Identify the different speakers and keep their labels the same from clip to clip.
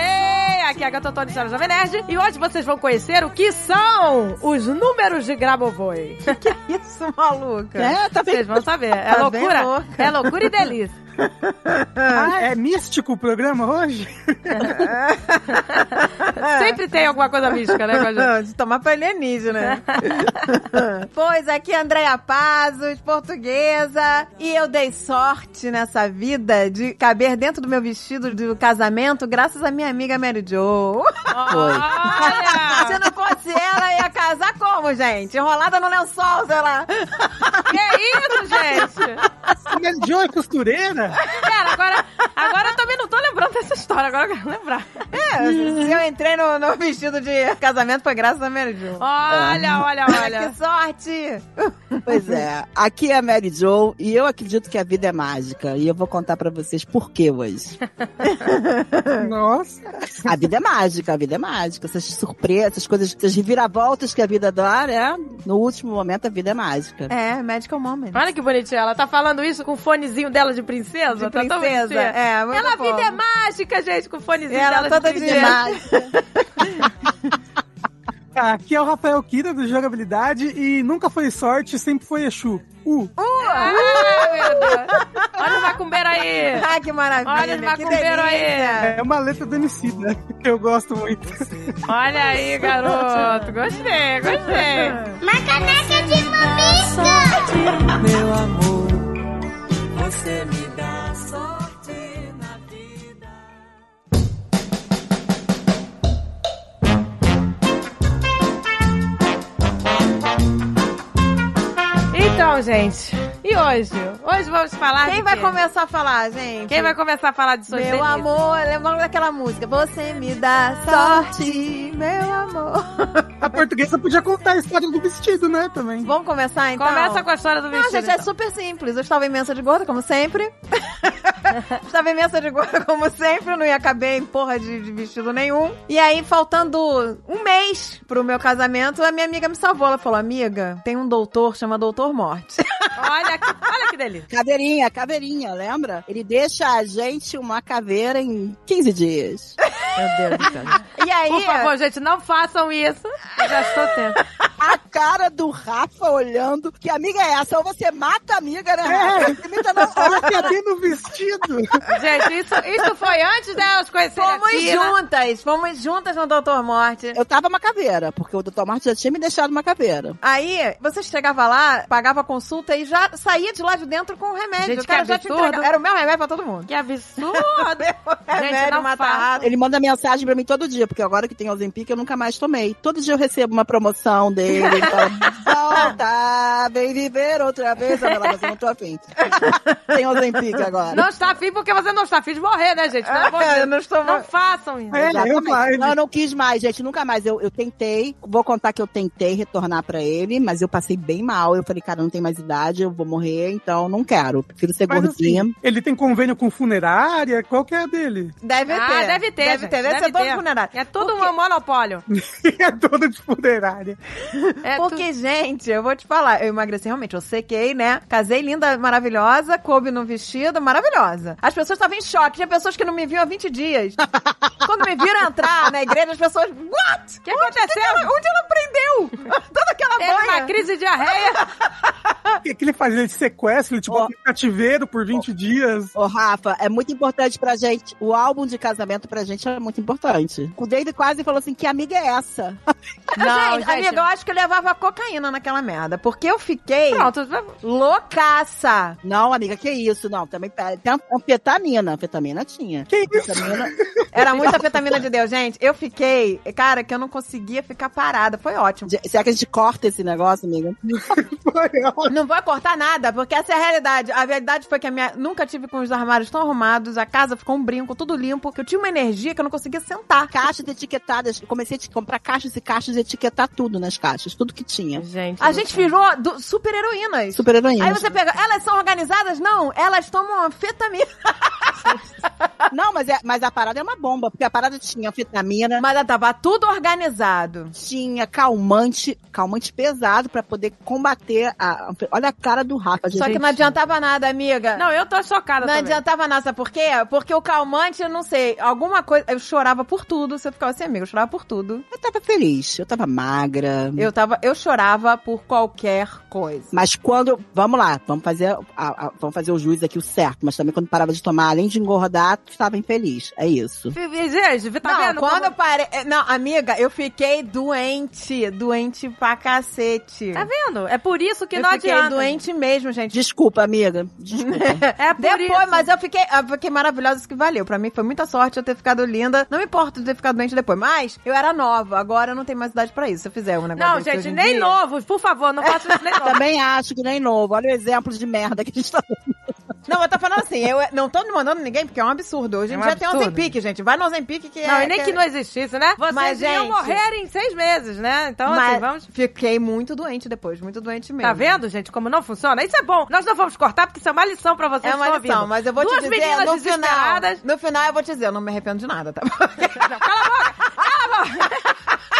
Speaker 1: é a Gatotó de História Jovem Nerd. E hoje vocês vão conhecer o que são os números de Grabovoi.
Speaker 2: Que é isso, maluca?
Speaker 1: É, tá Vocês vão saber. É
Speaker 2: Tá bem
Speaker 1: loucura.
Speaker 2: louca.
Speaker 1: É loucura e delícia.
Speaker 3: é místico o programa hoje?
Speaker 2: É.
Speaker 1: Sempre tem alguma coisa mística, né, com a gente?
Speaker 2: De tomar pra
Speaker 1: né?
Speaker 2: alienígena. pois aqui é Andréia Pazos, portuguesa. E eu dei sorte nessa vida de caber dentro do meu vestido do casamento graças à minha amiga Mary Jo. Se
Speaker 1: Olha!
Speaker 2: não fosse ela, eu ia casar como, gente? Enrolada no lençol, sei lá.
Speaker 1: Que isso, gente?
Speaker 3: Mary Jo é costureira?
Speaker 1: Cara, agora, agora eu também não tô lembrando dessa história, agora eu quero lembrar.
Speaker 2: É,
Speaker 1: Uhum.
Speaker 2: se eu entrei no, no vestido de casamento foi graças à Mary Jo.
Speaker 1: Olha, olha,
Speaker 2: É. Que
Speaker 1: olha.
Speaker 2: sorte! Uhum.
Speaker 4: Pois é, aqui é a Mary Jo e eu acredito que a vida é mágica. E eu vou contar pra vocês por que hoje.
Speaker 3: Nossa.
Speaker 4: A vida é mágica, a vida é mágica. Essas surpresas, essas coisas, essas reviravoltas que a vida dá, né? No último momento, a vida é mágica.
Speaker 2: É, Magical Moment.
Speaker 1: Olha que bonitinha, ela tá falando isso com o fonezinho dela de princesa.
Speaker 2: De
Speaker 1: tá tão
Speaker 2: princesa,
Speaker 1: bonitinha.
Speaker 2: é, muito
Speaker 1: Ela a
Speaker 2: fofo.
Speaker 1: vida é mágica, gente, com o fonezinho
Speaker 2: Ela
Speaker 1: dela
Speaker 2: toda
Speaker 1: de
Speaker 2: de
Speaker 4: É
Speaker 1: princesa.
Speaker 4: mágica.
Speaker 3: Aqui é o Rafael Kira do Jogabilidade e nunca foi sorte, sempre foi Exu. Uh,
Speaker 1: Ai, Ah, meu Deus. Olha o macumbeiro aí.
Speaker 2: Ah, que maravilha!
Speaker 1: Olha os
Speaker 2: que
Speaker 1: macumbeiros aí.
Speaker 2: delícia.
Speaker 3: é uma letra do MC, né? Que eu gosto muito.
Speaker 1: Olha aí, garoto. Gostei, gostei.
Speaker 5: Uma caneca de mamica!
Speaker 6: Meu amor, você me dá sorte na vida.
Speaker 1: Então, gente, e hoje? Hoje vamos falar
Speaker 2: Quem
Speaker 1: de
Speaker 2: vai
Speaker 1: quê?
Speaker 2: começar a falar, gente?
Speaker 1: Quem vai começar a falar de
Speaker 2: Meu
Speaker 1: suas delícias?
Speaker 2: amor, lembrando daquela música. Você me dá sorte, meu amor.
Speaker 3: A portuguesa podia contar a história do vestido, né? Também.
Speaker 2: Vamos começar então?
Speaker 1: Começa com a história do
Speaker 2: Não,
Speaker 1: vestido.
Speaker 2: gente, é
Speaker 1: então.
Speaker 2: super simples. Eu estava imensa de gorda, como sempre. estava imensa de gorda, como sempre. Eu não ia caber em porra de, de vestido nenhum. E aí, faltando um mês pro meu casamento, a minha amiga me salvou. Ela falou, amiga, tem um doutor, chama Doutor Morte.
Speaker 1: Olha que, olha que delícia.
Speaker 4: Caveirinha, caveirinha, lembra? Ele deixa a gente uma caveira em 15 dias.
Speaker 2: Meu Deus do céu. E aí...
Speaker 1: Por favor, gente, não façam isso. Eu Já estou tempo.
Speaker 4: A cara do Rafa olhando. Que amiga é essa? Ou você mata a amiga, né? Rafa?
Speaker 2: É.
Speaker 4: Não imita, não.
Speaker 3: Ela cadê no vestido?
Speaker 1: Gente, isso, isso foi antes delas conhecerem a
Speaker 2: Fomos
Speaker 1: Tina.
Speaker 2: juntas, fomos juntas no Doutor Morte.
Speaker 4: Eu tava uma caveira, porque o Dr. Martin já tinha me deixado uma caveira.
Speaker 2: Aí, você chegava lá, pagava a consulta e já saía de lá de dentro com o remédio.
Speaker 1: Gente,
Speaker 2: o cara
Speaker 1: que
Speaker 2: já te
Speaker 1: absurdo.
Speaker 2: entregava. Era o meu remédio pra todo mundo.
Speaker 1: Que absurdo.
Speaker 2: remédio,
Speaker 1: não
Speaker 2: mata
Speaker 1: fala.
Speaker 2: rato.
Speaker 4: Ele manda mensagem pra mim todo dia, porque agora que tem Ozempic eu nunca mais tomei. Todo dia eu recebo uma promoção dele. Ele fala, volta, vem viver outra vez. Eu falo, mas eu não tô afim. tem Ozempic agora.
Speaker 1: Não está afim porque você não está afim de morrer, né, gente? Pelo amor de Deus.
Speaker 2: Ah, Eu não estou...
Speaker 1: Não façam isso.
Speaker 3: É, eu
Speaker 4: Exatamente.
Speaker 3: mais.
Speaker 4: não, eu não quis mais, gente, nunca mais. Eu, eu tentei, vou contar que eu tentei retornar pra ele, mas eu passei bem mal. Eu falei, cara, eu não tem mais idade, eu vou morrer, então não quero. Prefiro ser
Speaker 3: Mas
Speaker 4: gordinha.
Speaker 3: assim, ele tem convênio com funerária? Qual que é a dele?
Speaker 2: Deve
Speaker 1: Ah,
Speaker 2: ter.
Speaker 1: deve ter,
Speaker 2: Deve
Speaker 1: gente,
Speaker 2: ter. Deve,
Speaker 1: deve
Speaker 2: ser todo
Speaker 1: ter.
Speaker 2: funerário.
Speaker 1: É tudo um monopólio.
Speaker 3: é dono de funerária.
Speaker 1: É tudo-
Speaker 2: Porque, gente, eu vou te falar, eu emagreci realmente, eu sequei, né? Casei linda, maravilhosa, coube no vestido, maravilhosa. As pessoas estavam em choque, tinha pessoas que não me viam há 20 dias. Quando me viram entrar na igreja, as pessoas, what?
Speaker 1: O que aconteceu?
Speaker 2: Onde ela aprendeu? Toda aquela
Speaker 1: Teve uma
Speaker 2: banha.
Speaker 1: crise de diarreia.
Speaker 3: O que, que ele faz? Ele te sequestra, ele te bota em cativeiro por 20 dias.
Speaker 4: Ô, Rafa, é muito importante pra gente. O álbum de casamento pra gente é muito importante. O David quase falou assim: que amiga é essa?
Speaker 1: Não,
Speaker 2: gente,
Speaker 1: gente.
Speaker 2: amiga, eu acho que eu levava cocaína naquela merda, porque eu fiquei
Speaker 1: Pronto.
Speaker 2: loucaça.
Speaker 4: Não, amiga, que isso? Não, também pera, tem anfetamina. Anfetamina tinha.
Speaker 3: Que isso?
Speaker 4: Anfetamina.
Speaker 2: Era muita vitamina de Deus, gente. Eu fiquei, cara, que eu não conseguia ficar parada. Foi ótimo.
Speaker 4: De- Será que a gente corta esse negócio, amiga?
Speaker 2: Não vou cortar nada, porque essa é a realidade. A realidade foi que a minha nunca tive com os armários tão arrumados, a casa ficou um brinco, tudo limpo, que eu tinha uma energia que eu não conseguia sentar.
Speaker 4: Caixas etiquetadas. Eu comecei a te- comprar caixas e caixas e etiquetar tudo nas caixas, tudo que tinha.
Speaker 1: Gente.
Speaker 2: A gente virou do- super heroínas.
Speaker 4: Super heroína.
Speaker 2: Aí você pega, elas são organizadas? Não, elas tomam anfetamina.
Speaker 4: Não, mas, é, mas a parada é uma bomba, porque a parada tinha vitamina,
Speaker 2: Mas tava tudo organizado.
Speaker 4: tinha calmante, calmante pesado pra poder combater a. Olha a cara do Rafa, gente.
Speaker 2: Só que não adiantava nada, amiga.
Speaker 1: Não, eu tô chocada
Speaker 2: Não
Speaker 1: também.
Speaker 2: adiantava nada, sabe por quê? Porque o calmante, eu não sei, alguma coisa. Eu chorava por tudo. Se eu ficava assim, amiga, eu chorava por tudo.
Speaker 4: Eu tava feliz, eu tava magra.
Speaker 1: Hum.
Speaker 2: Eu, tava, eu chorava por qualquer coisa.
Speaker 4: Mas quando. Vamos lá, vamos fazer, a- a- vamos fazer o juiz aqui o certo. Mas também quando parava de tomar, além de engordar, tu estava infeliz. É isso.
Speaker 1: Gente, tá
Speaker 2: não,
Speaker 1: vendo?
Speaker 2: quando eu
Speaker 1: como-
Speaker 2: parei. é, Não, amiga, eu fiquei doente. Doente pra cacete.
Speaker 1: Tá vendo? É por isso que
Speaker 2: eu
Speaker 1: não
Speaker 2: fiquei
Speaker 1: adianta.
Speaker 2: doente mesmo, gente.
Speaker 4: Desculpa, amiga. Desculpa.
Speaker 1: É por
Speaker 2: Depois,
Speaker 1: isso.
Speaker 2: mas eu fiquei, eu fiquei maravilhosa, isso que valeu. Pra mim foi muita sorte eu ter ficado linda. Não me importa de ter ficado doente depois, mas eu era nova. Agora eu não tenho mais idade pra isso. Se eu fizer um negócio
Speaker 1: Não,
Speaker 2: desse hoje
Speaker 1: gente,
Speaker 2: em
Speaker 1: nem
Speaker 2: dia-
Speaker 1: novos, por favor, não façam isso nem
Speaker 2: É,
Speaker 1: novos.
Speaker 4: também acho que nem novo. Olha o exemplo de merda que a gente tá
Speaker 2: Não, eu tô falando assim, eu não tô mandando ninguém porque é um absurdo. Hoje
Speaker 1: É
Speaker 2: em
Speaker 1: um
Speaker 2: dia tem
Speaker 1: absurdo.
Speaker 2: Ozempic, gente. Vai no Ozempic que
Speaker 1: Não,
Speaker 2: é...
Speaker 1: e nem que não existisse, né? Vocês
Speaker 2: Mas,
Speaker 1: iam
Speaker 2: gente-
Speaker 1: morrer em seis meses, né? Então, assim,
Speaker 2: Mas
Speaker 1: vamos...
Speaker 2: é fiquei muito doente depois, muito doente mesmo.
Speaker 1: Tá vendo, gente, como não funciona? Isso é bom. Nós não vamos cortar, porque isso é uma lição pra vocês
Speaker 2: É uma
Speaker 1: que estão
Speaker 2: lição,
Speaker 1: ouvindo.
Speaker 2: mas eu vou
Speaker 1: Duas
Speaker 2: te dizer,
Speaker 1: meninas
Speaker 2: no final,
Speaker 1: desesperadas...
Speaker 2: no final eu vou te dizer, eu não me arrependo de nada, tá bom?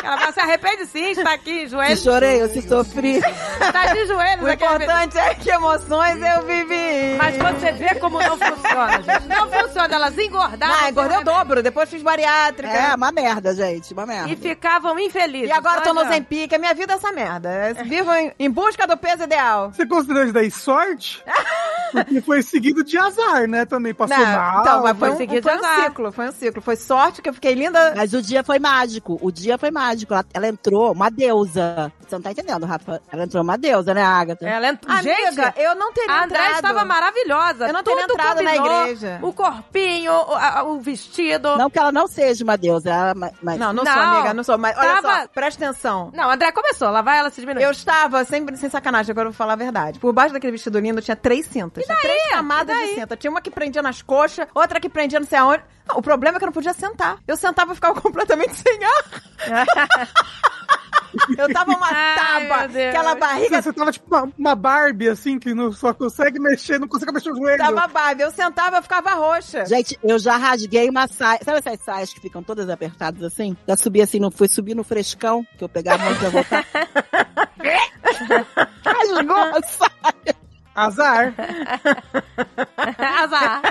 Speaker 1: Ela vai se arrepende sim, está aqui em
Speaker 4: Eu
Speaker 1: joelhos.
Speaker 4: chorei, eu se sofri.
Speaker 1: Está de joelhos
Speaker 2: O
Speaker 1: aqui.
Speaker 2: importante é que emoções eu vivi.
Speaker 1: Mas você vê como não funciona, gente. Não funciona. Elas engordaram.
Speaker 2: Ah, engordei o
Speaker 1: né?
Speaker 2: dobro, depois fiz bariátrica.
Speaker 4: É uma merda, gente. Uma merda.
Speaker 1: E ficavam infelizes.
Speaker 2: E agora eu tô no
Speaker 1: Olha.
Speaker 2: Zempic, a minha vida é essa merda. É, Vivo em, em busca do peso ideal.
Speaker 3: Você considerou isso daí sorte? Porque foi seguido de azar, né? Também passou mal.
Speaker 2: então, mas foi,
Speaker 1: vou
Speaker 2: um,
Speaker 1: seguir
Speaker 2: foi um
Speaker 1: devagar.
Speaker 2: ciclo, foi um ciclo. Foi sorte que eu fiquei linda.
Speaker 4: Mas o dia foi mágico. O dia foi mágico. Ela, ela entrou uma deusa. Você não tá entendendo, Rafa? Ela entrou uma deusa, né, Agatha?
Speaker 1: Ela ent... gente,
Speaker 2: Amiga, eu não teria
Speaker 1: a André
Speaker 2: entrado.
Speaker 1: estava maravilhosa.
Speaker 2: Eu não teria
Speaker 1: Tudo
Speaker 2: entrado na
Speaker 1: combinou.
Speaker 2: igreja.
Speaker 1: O corpinho, o, a- o vestido.
Speaker 4: Não que ela não seja uma deusa, ela- mas, mas-
Speaker 2: Não, não, sou,
Speaker 1: Não.
Speaker 2: amiga, não sou. Mas olha
Speaker 1: Tava-
Speaker 2: só, presta atenção.
Speaker 1: Não, a André começou. Lá vai ela se diminuir.
Speaker 2: Eu estava, sempre sem sacanagem, agora eu vou falar a verdade. Por baixo daquele vestido lindo tinha três cintas. Tinha Três camadas de cinta. Tinha uma que prendia nas coxas, outra que prendia não sei aonde. Não, o problema é que eu não podia sentar. Eu sentava e ficava completamente sem ar. eu tava uma
Speaker 1: Ai,
Speaker 2: tábua,
Speaker 1: meu Deus.
Speaker 2: aquela barriga
Speaker 3: Você, você tava tipo uma, uma Barbie, assim, que não, só consegue mexer, não consegue mexer o joelho.
Speaker 2: tava Barbie. Eu sentava, eu ficava roxa.
Speaker 4: Gente, eu já rasguei uma saia. Sabe essas saias que ficam todas apertadas assim? Já subi assim, não fui subir no frescão, que eu pegava antes de eu voltar. Rasgou a saia.
Speaker 3: Azar.
Speaker 1: Azar.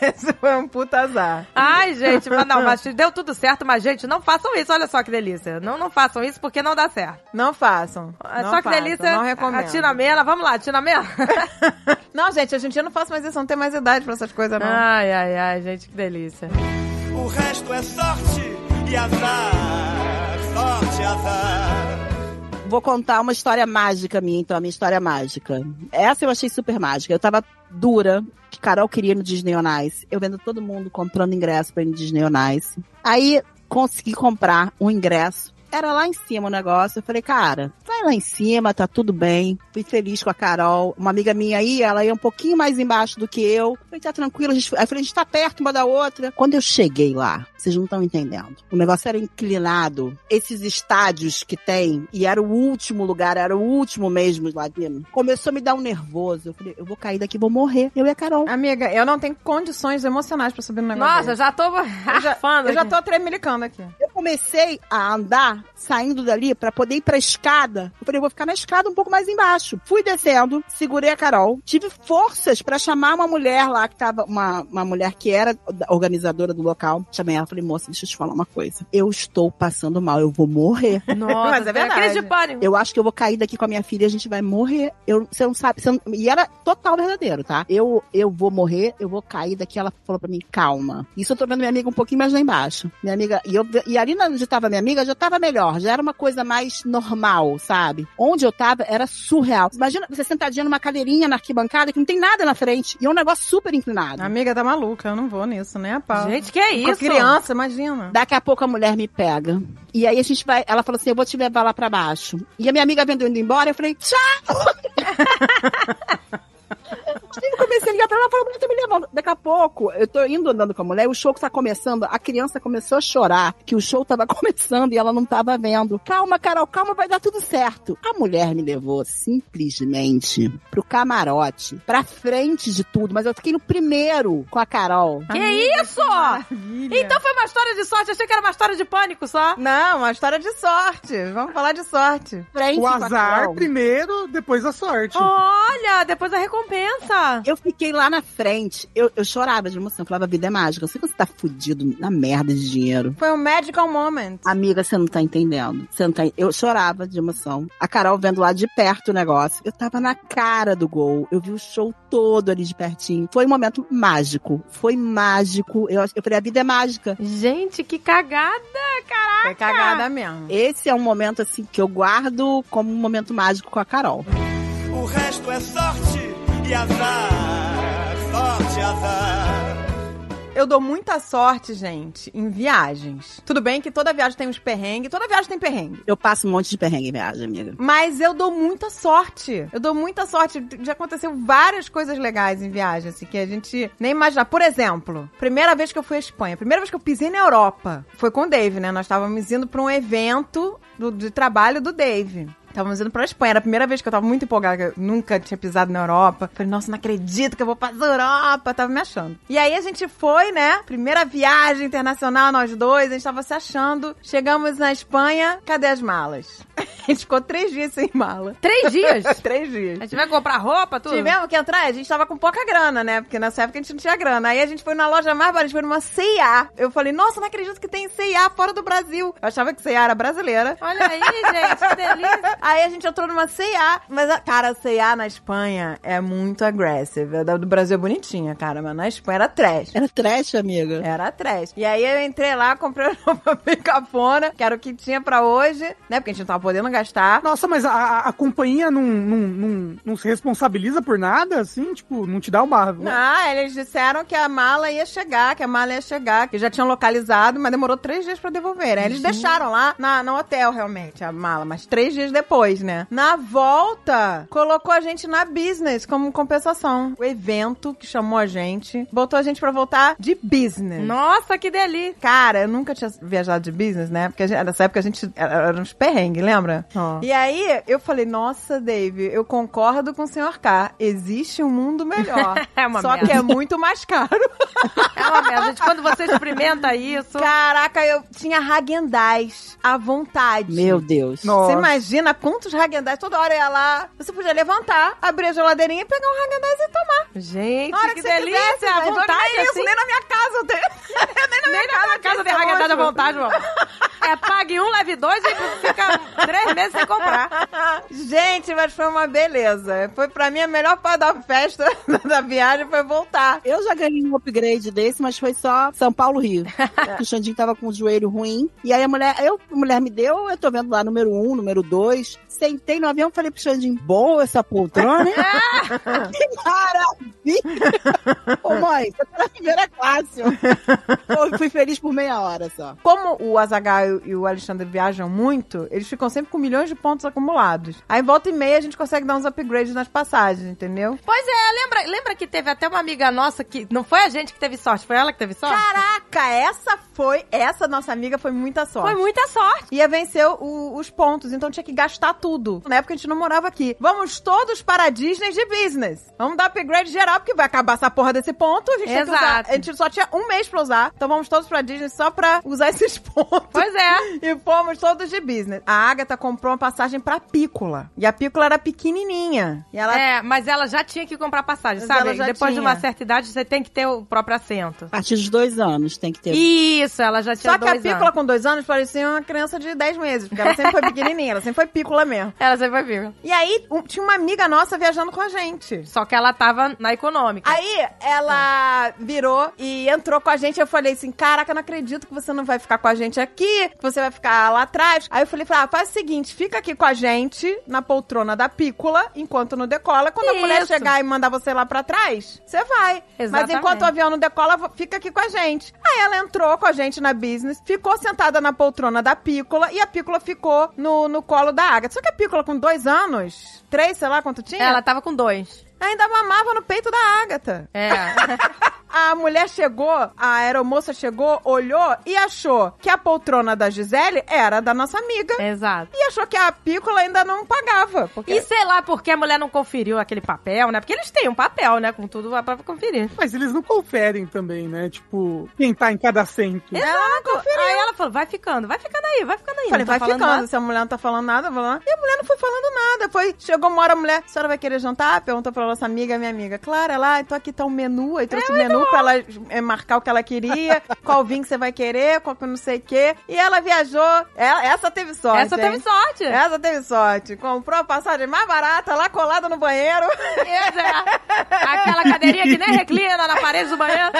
Speaker 2: Esse foi um puta azar.
Speaker 1: Ai, gente, mas não, mas deu tudo certo, mas, gente, não façam isso. Olha só que delícia. Não, não façam isso porque não dá certo.
Speaker 2: Não façam.
Speaker 1: Ah,
Speaker 2: não
Speaker 1: só que
Speaker 2: façam,
Speaker 1: delícia.
Speaker 2: Não
Speaker 1: a
Speaker 2: recomendo.
Speaker 1: Tina Mela, vamos lá, Tina Mela.
Speaker 2: Não, gente, hoje em dia eu não faço mais isso. Eu não tenho mais idade pra essas coisas, não.
Speaker 1: ai, ai, ai, gente, que delícia.
Speaker 2: Tá
Speaker 7: O resto é sorte e azar, sorte, azar.
Speaker 4: Vou contar uma história mágica minha, então, a minha história mágica. Essa eu achei super mágica. Eu tava dura, que Carol queria ir no Disney On Ice. Eu vendo todo mundo comprando ingresso pra ir no Disney On Ice. Aí, consegui comprar um ingresso. Era lá em cima o negócio. Eu falei, cara, vai lá em cima, tá tudo bem. Fui feliz com a Carol. Uma amiga minha aí, ela ia um pouquinho mais embaixo do que eu. Falei, tá tranquilo. A gente, aí eu falei, a gente tá perto uma da outra. Quando eu cheguei lá, vocês não estão entendendo. O negócio era inclinado. Esses estádios que tem, e era o último lugar, era o último mesmo lá dentro. Começou a me dar um nervoso. Eu falei, eu vou cair daqui, vou morrer. Eu e a Carol.
Speaker 2: Amiga, eu não tenho condições emocionais pra subir no negócio.
Speaker 1: Nossa,
Speaker 2: desse.
Speaker 1: já tô
Speaker 2: eu já,
Speaker 1: arfando.
Speaker 2: eu já
Speaker 1: aqui.
Speaker 2: tô tremelicando aqui.
Speaker 4: Eu comecei a andar saindo dali pra poder ir pra escada. Eu falei, eu vou ficar na escada um pouco mais embaixo. Fui descendo, segurei a Carol, tive forças pra chamar uma mulher lá que tava, uma, uma mulher que era da- organizadora do local. Chamei ela, falei, moça, deixa eu te falar uma coisa. Eu estou passando mal, eu vou morrer.
Speaker 1: Nossa,
Speaker 2: Mas
Speaker 1: tem
Speaker 2: é verdade.
Speaker 1: Crise de pânico.
Speaker 4: Eu acho que eu vou cair daqui com a minha filha, a gente vai morrer. Eu, você não sabe. você não- e era total verdadeiro, tá? Eu, eu vou morrer, eu vou cair daqui. Ela falou pra mim, calma. Isso eu tô vendo minha amiga um pouquinho mais lá embaixo. Minha amiga. E, eu, e ali onde tava minha amiga já tava melhor, já era uma coisa mais normal, sabe? Onde eu tava era surreal. Imagina você sentadinha numa cadeirinha na arquibancada que não tem nada na frente. E é um negócio super inclinado.
Speaker 2: Amiga, tá maluca. Eu não vou nisso, né, Paula?
Speaker 1: Gente, que é
Speaker 2: Com
Speaker 1: isso?
Speaker 2: criança, imagina.
Speaker 4: Daqui a pouco a mulher me pega. E aí a gente vai. Ela falou assim: eu vou te levar lá pra baixo. E a minha amiga vendo eu indo embora, eu falei: tchau! eu tive que comecei a ligar pra ela, falou, mulher, tá me levando. Daqui a pouco, eu tô indo andando com a mulher, o show que tá começando, a criança começou a chorar, que o show tava começando e ela não tava vendo. Calma, Carol, calma, vai dar tudo certo. A mulher me levou simplesmente pro camarote, pra frente de tudo, mas eu fiquei no primeiro com a Carol.
Speaker 1: Que é isso? Então foi uma história de sorte, achei que era uma história de pânico só.
Speaker 2: Não, uma história de sorte. Vamos falar de sorte.
Speaker 4: Frente
Speaker 3: O
Speaker 4: com a
Speaker 3: azar
Speaker 4: Carol.
Speaker 3: primeiro, depois a sorte.
Speaker 2: Oh.
Speaker 1: Olha, depois a recompensa.
Speaker 4: Eu fiquei lá na frente, eu, eu chorava de emoção, eu falava, vida é mágica, eu sei que você tá fudido na merda de dinheiro.
Speaker 2: Foi um magical moment.
Speaker 4: Amiga, você não tá entendendo. Você não tá... en- Eu chorava de emoção. A Carol vendo lá de perto o negócio. Eu tava na cara do gol. Eu vi o show todo ali de pertinho. Foi um momento mágico. Foi mágico. Eu, ach- eu falei, a vida é mágica.
Speaker 1: Gente, que cagada.
Speaker 2: Foi cagada mesmo.
Speaker 4: Esse é um momento, assim, que eu guardo como um momento mágico com a Carol.
Speaker 7: O resto é sorte e azar, sorte, azar.
Speaker 2: Eu dou muita sorte, gente, em viagens. Tudo bem que toda viagem tem uns perrengues, toda viagem tem perrengue.
Speaker 4: Eu passo um monte de perrengue em viagem, amiga.
Speaker 2: Mas eu dou muita sorte. Eu dou muita sorte. Já aconteceu várias coisas legais em viagem, assim, que a gente nem imagina. Por exemplo, primeira vez que eu fui à Espanha, primeira vez que eu pisei na Europa, foi com o Dave, né? Nós estávamos indo para um evento do- de trabalho do Dave. Estávamos indo pra Espanha. Era a primeira vez que eu tava muito empolgada, que eu nunca tinha pisado na Europa. Falei, nossa, não acredito que eu vou pra Europa. Tava me achando. E aí a gente foi, né? Primeira viagem internacional, nós dois. A gente tava se achando. Chegamos na Espanha. Cadê as malas? A gente ficou três dias sem mala.
Speaker 1: Três dias.
Speaker 2: Três dias.
Speaker 1: A gente vai comprar roupa, É tudo?
Speaker 2: Tivemos que entrar, a gente tava com pouca grana, né? Porque nessa época a gente não tinha grana. Aí a gente foi na loja mais barata, a gente foi numa C&A. Eu falei, nossa, não acredito que tem C&A fora do Brasil. Eu achava que C&A era brasileira.
Speaker 1: Olha aí, gente, que delícia.
Speaker 2: Aí a gente entrou numa C&A, mas, a- cara, a C&A na Espanha é muito aggressive. A da- do Brasil é bonitinha, cara, mas na Espanha era trash.
Speaker 4: Era trash, amiga.
Speaker 2: Era trash. E aí eu entrei lá, comprei uma roupa bem cafona, que era o que tinha pra hoje, né? Porque a gente não tava podendo gastar.
Speaker 3: Nossa, mas a- a, a companhia não, não, não, não se responsabiliza por nada, assim? Tipo, não te dá uma...
Speaker 2: Ah, eles disseram que a mala ia chegar, que a mala ia chegar, que já tinham localizado, mas demorou três dias pra devolver. Aí
Speaker 1: Uhum.
Speaker 2: eles deixaram lá na, no hotel, realmente, a mala, mas três dias depois, né? Na volta, colocou a gente na business como compensação. O evento que chamou a gente, botou a gente pra voltar de business.
Speaker 1: Nossa, que delícia.
Speaker 2: Cara, eu nunca tinha viajado de business, né? Porque a gente- nessa época a gente era era uns perrengues, lembra?
Speaker 1: Ó.
Speaker 2: E aí eu falei, nossa, Dave, eu concordo com o senhor K. Existe um mundo melhor.
Speaker 1: É uma
Speaker 2: Só
Speaker 1: merda.
Speaker 2: que é muito mais caro.
Speaker 1: É uma merda. Gente, quando você experimenta isso...
Speaker 2: Caraca, eu tinha Hagendaz à vontade.
Speaker 4: Meu Deus.
Speaker 2: Você
Speaker 3: Nossa.
Speaker 2: imagina quantos Hagendaz toda hora eu ia lá. Você podia levantar, abrir a geladeirinha e pegar um Hagendaz e tomar.
Speaker 1: Gente,
Speaker 2: Na hora
Speaker 1: que,
Speaker 2: que, você
Speaker 1: delícia.
Speaker 2: quisesse,
Speaker 1: a
Speaker 2: mas olha,
Speaker 1: vontade,
Speaker 2: nem isso,
Speaker 1: assim.
Speaker 2: nem na minha casa eu tenho. nem na minha
Speaker 1: Nem na
Speaker 2: casa,
Speaker 1: casa,
Speaker 2: é eu
Speaker 1: casa de
Speaker 2: tenho esse
Speaker 1: ragadada à
Speaker 2: ódio.
Speaker 1: vontade, irmão. É pague um, leve dois e fica três meses sem comprar.
Speaker 2: Gente, mas foi uma beleza. Foi pra mim a melhor parte da festa da viagem foi voltar.
Speaker 4: Eu já ganhei um upgrade desse, mas foi só São Paulo Rio. o Xandinho tava com o joelho ruim. E aí a mulher, eu, a mulher me deu, eu tô vendo lá número um, número dois. Sentei no avião e falei pro Xandinho, boa essa poltrona, hein? que maravilha! Ô mãe, você tá na primeira classe. eu fui feliz por meia hora só.
Speaker 2: Como o Azagal e o Alexandre viajam muito, eles ficam sempre com milhões de pontos acumulados. Aí volta e meia a gente consegue dar uns upgrades nas passagens, entendeu?
Speaker 1: Pois é, lembra, lembra que teve até uma amiga nossa que. Não foi a gente que teve sorte, foi ela que teve sorte?
Speaker 2: Caraca, essa foi, essa nossa amiga foi muita sorte.
Speaker 1: Foi muita sorte.
Speaker 2: Ia vencer o- os pontos, então tinha que gastar tudo. Na época a gente não morava aqui. Vamos todos para a Disney de business. Vamos dar upgrade geral, porque vai acabar essa porra desse ponto. A gente, tem que
Speaker 1: Exato.
Speaker 2: usar- a gente só tinha um mês pra usar. Então vamos todos pra Disney só pra usar esses pontos.
Speaker 1: Pois é.
Speaker 2: E fomos todos de business. A Agatha comprou uma passagem pra Pícola. E a Pícola era pequenininha. E ela.
Speaker 1: É, mas ela já tinha que comprar passagem,
Speaker 2: Mas
Speaker 1: sabe?
Speaker 2: ela já
Speaker 1: Depois de
Speaker 2: tinha.
Speaker 1: uma certa idade, você tem que ter o próprio assento.
Speaker 4: A partir dos dois anos tem que ter.
Speaker 1: Isso, ela já tinha
Speaker 2: Só que a
Speaker 1: dois
Speaker 2: Pícola
Speaker 1: anos.
Speaker 2: com dois anos parecia uma criança de 10 meses. Porque ela sempre foi pequenininha, ela sempre foi Pícola mesmo.
Speaker 1: Ela sempre foi viva.
Speaker 2: E aí um- tinha uma amiga nossa viajando com a gente.
Speaker 1: Só que ela tava na econômica.
Speaker 2: Aí ela virou e entrou com a gente. Eu falei assim: Caraca, eu não acredito que você não vai ficar com a gente aqui, que você vai ficar lá atrás. Aí eu falei: ah, Faz o seguinte, fica aqui com a gente, deitadamente na poltrona da pícola, enquanto não decola. Quando a mulher
Speaker 1: Isso.
Speaker 2: chegar e mandar você lá pra trás, você vai. Mas
Speaker 1: Exatamente.
Speaker 2: enquanto o avião não decola, vo- fica aqui com a gente. Aí ela entrou com a gente na business, ficou sentada na poltrona da pícola e a pícola ficou no, no colo da Agatha. Só que a pícola com dois anos, três, sei lá quanto tinha,
Speaker 1: Ela tava com dois.
Speaker 2: ainda mamava no peito da Agatha.
Speaker 1: É.
Speaker 2: A mulher chegou, a aeromoça chegou, olhou e achou que a poltrona da Gisele era da nossa amiga.
Speaker 1: Exato.
Speaker 2: E achou que a pícola ainda não pagava. Porque...
Speaker 1: É. E sei lá por que a mulher não conferiu aquele papel, né? Porque eles têm um papel, né? Com tudo lá pra conferir.
Speaker 3: Mas eles não conferem também, né? Tipo, quem tá em cada assento.
Speaker 1: Ela não conferiu. Aí ela falou, vai ficando, vai ficando aí, vai ficando aí.
Speaker 2: Eu Falei,
Speaker 1: Não tô
Speaker 2: vai
Speaker 1: falando
Speaker 2: ficando,
Speaker 1: nada.
Speaker 2: se a mulher não tá falando nada, falando nada. E a mulher não foi falando nada. Foi, chegou uma hora a mulher, a senhora vai querer jantar? Perguntou pra nossa amiga, minha amiga, Clara, lá, então aqui tá o menu. Aí
Speaker 1: É,
Speaker 2: trouxe o menu pra ela eh, marcar o que ela queria, qual vinho que você vai querer, qual que não sei o quê. E ela viajou. Ela- essa teve sorte.
Speaker 1: Essa teve
Speaker 2: hein?
Speaker 1: sorte. É.
Speaker 2: Essa teve sorte. Comprou a passagem mais barata lá colada no banheiro.
Speaker 1: Exato. é Aquela cadeirinha que nem reclina na parede do banheiro.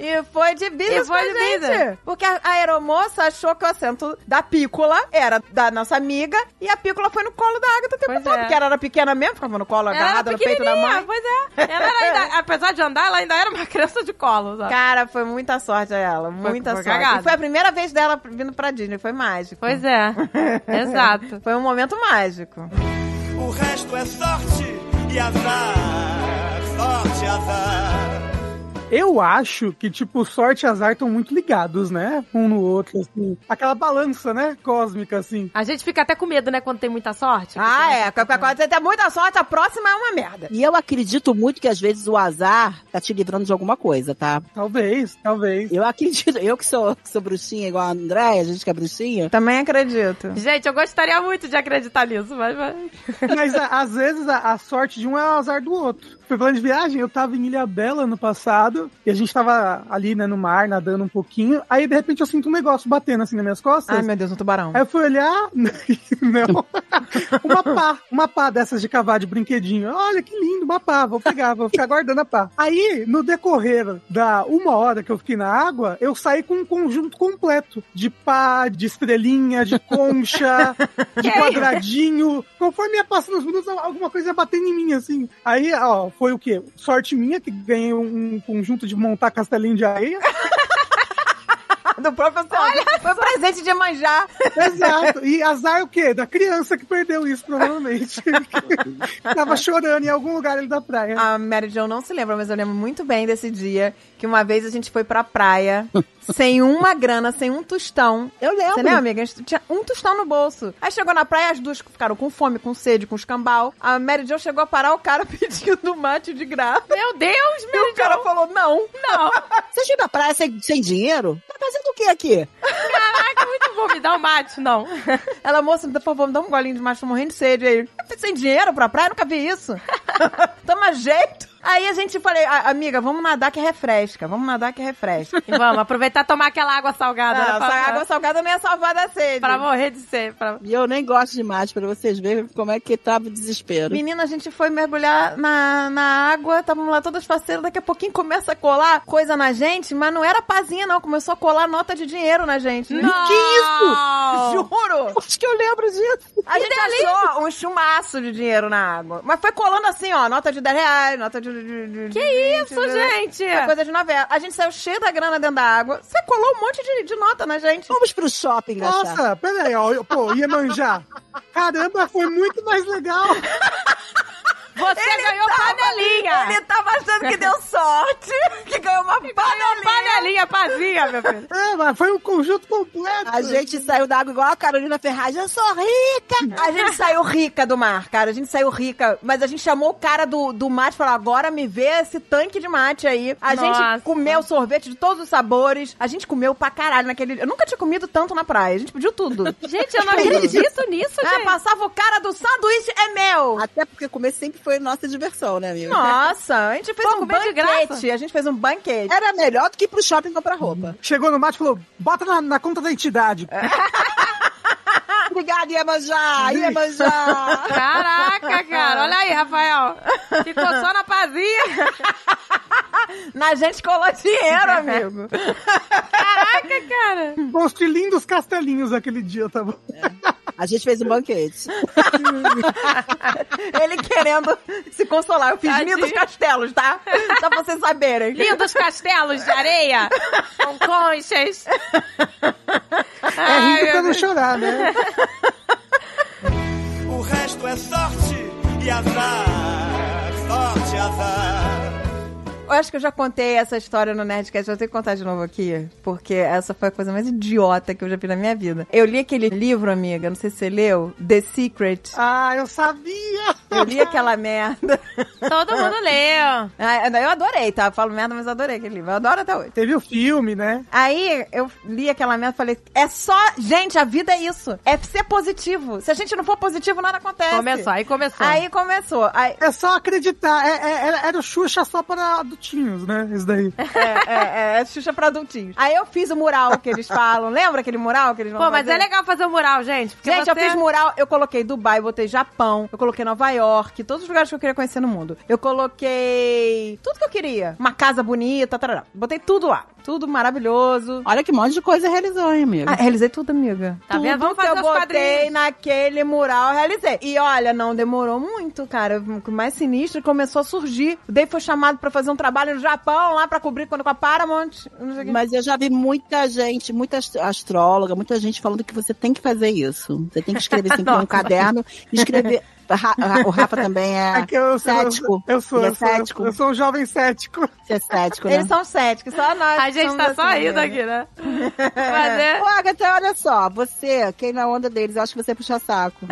Speaker 2: e foi de
Speaker 1: E
Speaker 2: business
Speaker 1: foi
Speaker 2: pra
Speaker 1: de
Speaker 2: gente.
Speaker 1: business.
Speaker 2: Porque a a aeromoça achou que o assento da pícola era da nossa amiga e a pícola foi no colo da Agatha o tempo
Speaker 1: Pois
Speaker 2: todo.
Speaker 1: é.
Speaker 2: Porque ela era pequena mesmo, ficava no colo,
Speaker 1: Ela
Speaker 2: agarrada
Speaker 1: era
Speaker 2: no peito da
Speaker 1: pequenininha,
Speaker 2: mãe.
Speaker 1: Pois é. Ela era ainda, apesar de andar, ela ainda era uma criança de colo, sabe?
Speaker 2: Cara, foi muita sorte a ela, muita
Speaker 1: foi
Speaker 2: sorte.
Speaker 1: cagada.
Speaker 2: E foi a primeira vez dela vindo pra Disney, foi mágico.
Speaker 1: Pois é. Exato.
Speaker 2: Foi um momento mágico.
Speaker 1: Tipo,
Speaker 7: O resto é sorte e azar, sorte, azar.
Speaker 3: Eu acho que, tipo, sorte e azar estão muito ligados, né? Um no outro, assim. Aquela balança, né? Cósmica, assim.
Speaker 1: A gente fica até com medo, né, quando tem muita sorte.
Speaker 2: Ah, é.
Speaker 1: tipo.
Speaker 2: Quando você tem muita sorte, a próxima é uma merda.
Speaker 4: E eu acredito muito que às vezes o azar tá te livrando de alguma coisa, tá?
Speaker 3: Talvez, talvez.
Speaker 4: Eu acredito, eu que sou, que sou bruxinha igual a Andréia, a gente que é bruxinha.
Speaker 2: Também acredito.
Speaker 1: Gente, eu gostaria muito de acreditar nisso, mas... mas-
Speaker 3: Mas a- às vezes a, a sorte de um é o azar do outro. Foi falando de viagem, eu tava em Ilha Bela ano passado e a gente tava ali, né, no mar, nadando um pouquinho. Aí de repente eu sinto um negócio batendo assim nas minhas costas.
Speaker 2: Ai, meu Deus, um tubarão.
Speaker 3: Aí eu fui olhar. Não. Uma pá. Uma pá dessas de cavar de brinquedinho. Olha que lindo, uma pá. Vou pegar, vou ficar guardando a pá. Aí, no decorrer da uma hora que eu fiquei na água, eu saí com um conjunto completo de pá, de estrelinha, de concha, de quadradinho. Conforme ia passando os minutos, alguma coisa ia batendo em mim, assim. Aí, ó, foi o quê? Sorte minha que ganhei um conjunto de montar castelinho de areia.
Speaker 2: Do próprio Olha Foi um presente de manjar.
Speaker 3: Exato. E azar o quê? Da criança que perdeu isso, provavelmente. Tava chorando em algum lugar ali da
Speaker 4: Ah,
Speaker 3: praia.
Speaker 2: A Mary Jo não se lembra, mas eu lembro muito bem desse dia que uma vez a gente foi pra praia sem uma grana, sem um tostão.
Speaker 4: Eu
Speaker 2: Você
Speaker 4: lembro.
Speaker 2: lembra, amiga? A gente tinha um tostão no bolso. Aí chegou na praia, as duas ficaram com fome, com sede, com escambau. A Mary Jo chegou a parar o cara pedindo mate de graça.
Speaker 1: Meu Deus,
Speaker 2: E o cara falou, não.
Speaker 1: não.
Speaker 4: Vocês vêm pra praia sem, sem dinheiro? Tá fazendo o que aqui?
Speaker 1: Caraca, muito bom. Me dá um mate, não.
Speaker 2: Ela, moça, por favor, me dá um golinho de macho, tô morrendo de sede aí. Sem dinheiro pra praia, nunca vi isso. Toma jeito. Aí a gente falei, "Ah, amiga, vamos nadar que refresca, vamos nadar que refresca.
Speaker 1: E vamos, aproveitar e tomar aquela água salgada. né,
Speaker 2: Não,
Speaker 1: pra,
Speaker 2: essa água salgada não ia salvar da sede.
Speaker 1: pra morrer de sede. pra-
Speaker 4: E eu nem gosto demais, pra vocês verem como é que tava o desespero.
Speaker 2: Menina, a gente foi mergulhar na, na água, távamos lá todas faceiras, daqui a pouquinho começa a colar coisa na gente, mas não era pazinha, não. Começou a colar nota de dinheiro na gente.
Speaker 1: Não!
Speaker 2: Juro!
Speaker 4: Acho que eu lembro disso.
Speaker 2: A gente achou um chumaço de dinheiro na água. Mas foi colando assim, ó, nota de 10 reais, nota de. que
Speaker 1: Isso,
Speaker 2: né?
Speaker 1: gente!
Speaker 2: Coisa de novela. A gente saiu cheio da grana dentro da água. Você colou um monte de, de nota na gente.
Speaker 4: Vamos pro shopping, gastar.
Speaker 3: Nossa, peraí, ó. eu- Pô, ia manjar. Caramba, foi muito mais legal.
Speaker 1: Você ganhou panelinha!
Speaker 2: Ele tava achando que deu sorte, que ganhou uma
Speaker 1: Panelinha,
Speaker 2: panelinha.
Speaker 1: pazinha, meu filho.
Speaker 3: É, mas foi um conjunto completo.
Speaker 4: A gente saiu da água igual a Carolina Ferraz. Eu sou rica!
Speaker 2: A gente saiu rica do mar, cara. A gente saiu rica. Mas a gente chamou o cara do, do mate e falou: agora me vê esse tanque de mate aí. A
Speaker 1: Nossa.
Speaker 2: gente comeu sorvete de todos os sabores. A gente comeu pra caralho naquele. Eu nunca tinha comido tanto na praia. A gente pediu tudo.
Speaker 1: Gente, eu não acredito nisso,
Speaker 2: Ah,
Speaker 1: gente.
Speaker 2: passava o cara do sanduíche é meu.
Speaker 4: Até porque comer sempre foi nossa diversão, né, amiga?
Speaker 2: Nossa, a gente fez
Speaker 1: Pô,
Speaker 2: um
Speaker 1: comer de
Speaker 2: banquete. A gente fez um banquete.
Speaker 4: Era melhor do que ir pro shopping comprar roupa.
Speaker 3: Chegou no mate e falou: bota na, na conta da entidade.
Speaker 4: É. Obrigada, Iemanjá! Iemanjá!
Speaker 1: Caraca, cara. Olha aí, Rafael. Ficou só na pazinha.
Speaker 2: Na gente colou dinheiro, amigo.
Speaker 1: Caraca, cara.
Speaker 3: Um Construí lindos castelinhos aquele dia, tá bom?
Speaker 4: A gente fez um banquete.
Speaker 2: Ele querendo se consolar. Eu fiz
Speaker 1: Tadinho.
Speaker 2: lindos castelos, tá? Só pra vocês saberem.
Speaker 1: Lindos castelos de areia com conchas.
Speaker 4: Ah,
Speaker 3: É
Speaker 1: Ai,
Speaker 3: rindo
Speaker 1: meu
Speaker 3: pra não
Speaker 1: Deus.
Speaker 3: chorar, né?
Speaker 7: O resto é sorte e azar, sorte, azar.
Speaker 2: Eu acho que eu já contei essa história no Nerdcast, eu tenho que contar de novo aqui, porque essa foi a coisa mais idiota que eu já vi na minha vida. Eu li aquele livro, amiga, não sei se você leu, The Secret.
Speaker 3: Ah, eu sabia!
Speaker 2: Eu li aquela merda.
Speaker 1: Todo mundo leu.
Speaker 2: Ah, Eu adorei, tá? Eu falo merda, mas eu adorei aquele livro. Eu adoro até hoje.
Speaker 3: Teve o filme, né?
Speaker 2: Aí eu li aquela merda e falei: é só. Gente, a vida é isso. É ser positivo. Se a gente não for positivo, nada acontece.
Speaker 1: Começou, aí começou.
Speaker 2: assim. Aí começou. Aí,
Speaker 3: É só acreditar. É- é- era- era o Xuxa só para adultinhos, né? Isso daí.
Speaker 2: é, é, é Xuxa pra adultinhos. Aí eu fiz o mural que eles falam. Lembra aquele mural que eles vão
Speaker 1: Pô, mas
Speaker 2: fazer?
Speaker 1: é legal fazer o mural, gente. Porque
Speaker 2: Gente, eu
Speaker 1: você-
Speaker 2: fiz mural, eu coloquei Dubai, botei Japão, eu coloquei Nova York, todos os lugares que eu queria conhecer no mundo. Eu coloquei tudo que eu queria. Uma casa bonita, tarará. botei tudo lá. Tudo maravilhoso.
Speaker 4: Olha que monte de coisa realizou, hein, amiga?
Speaker 2: Ah, realizei tudo, amiga.
Speaker 1: Tá vendo?
Speaker 2: Tudo
Speaker 1: Vamos fazer
Speaker 2: que
Speaker 1: os
Speaker 2: eu botei
Speaker 1: quadrinhos.
Speaker 2: naquele mural, eu realizei. E olha, não demorou muito, cara. O que mais sinistro começou a surgir. O Dave foi chamado pra fazer um trabalho no Japão, lá pra cobrir quando com a Paramount. Não sei o quê.
Speaker 4: Mas eu já vi muita gente, muita ast- astróloga, muita gente falando que você tem que fazer isso. Você tem que escrever assim, um caderno e escrever. Ra- Ra- o Rafa também é,
Speaker 3: É que eu sou.
Speaker 4: cético.
Speaker 3: Eu sou,
Speaker 4: Ele
Speaker 3: eu
Speaker 4: é
Speaker 3: sou, eu
Speaker 4: cético.
Speaker 3: sou, eu sou um jovem cético.
Speaker 4: Você é cético, né?
Speaker 2: Eles são céticos, só nós.
Speaker 1: A gente
Speaker 2: somos
Speaker 1: tá só
Speaker 2: assim,
Speaker 1: rindo
Speaker 2: né?
Speaker 1: aqui, né? Mas é.
Speaker 4: Ô, Agatha, olha só, você, quem na onda deles, eu acho que você puxa saco.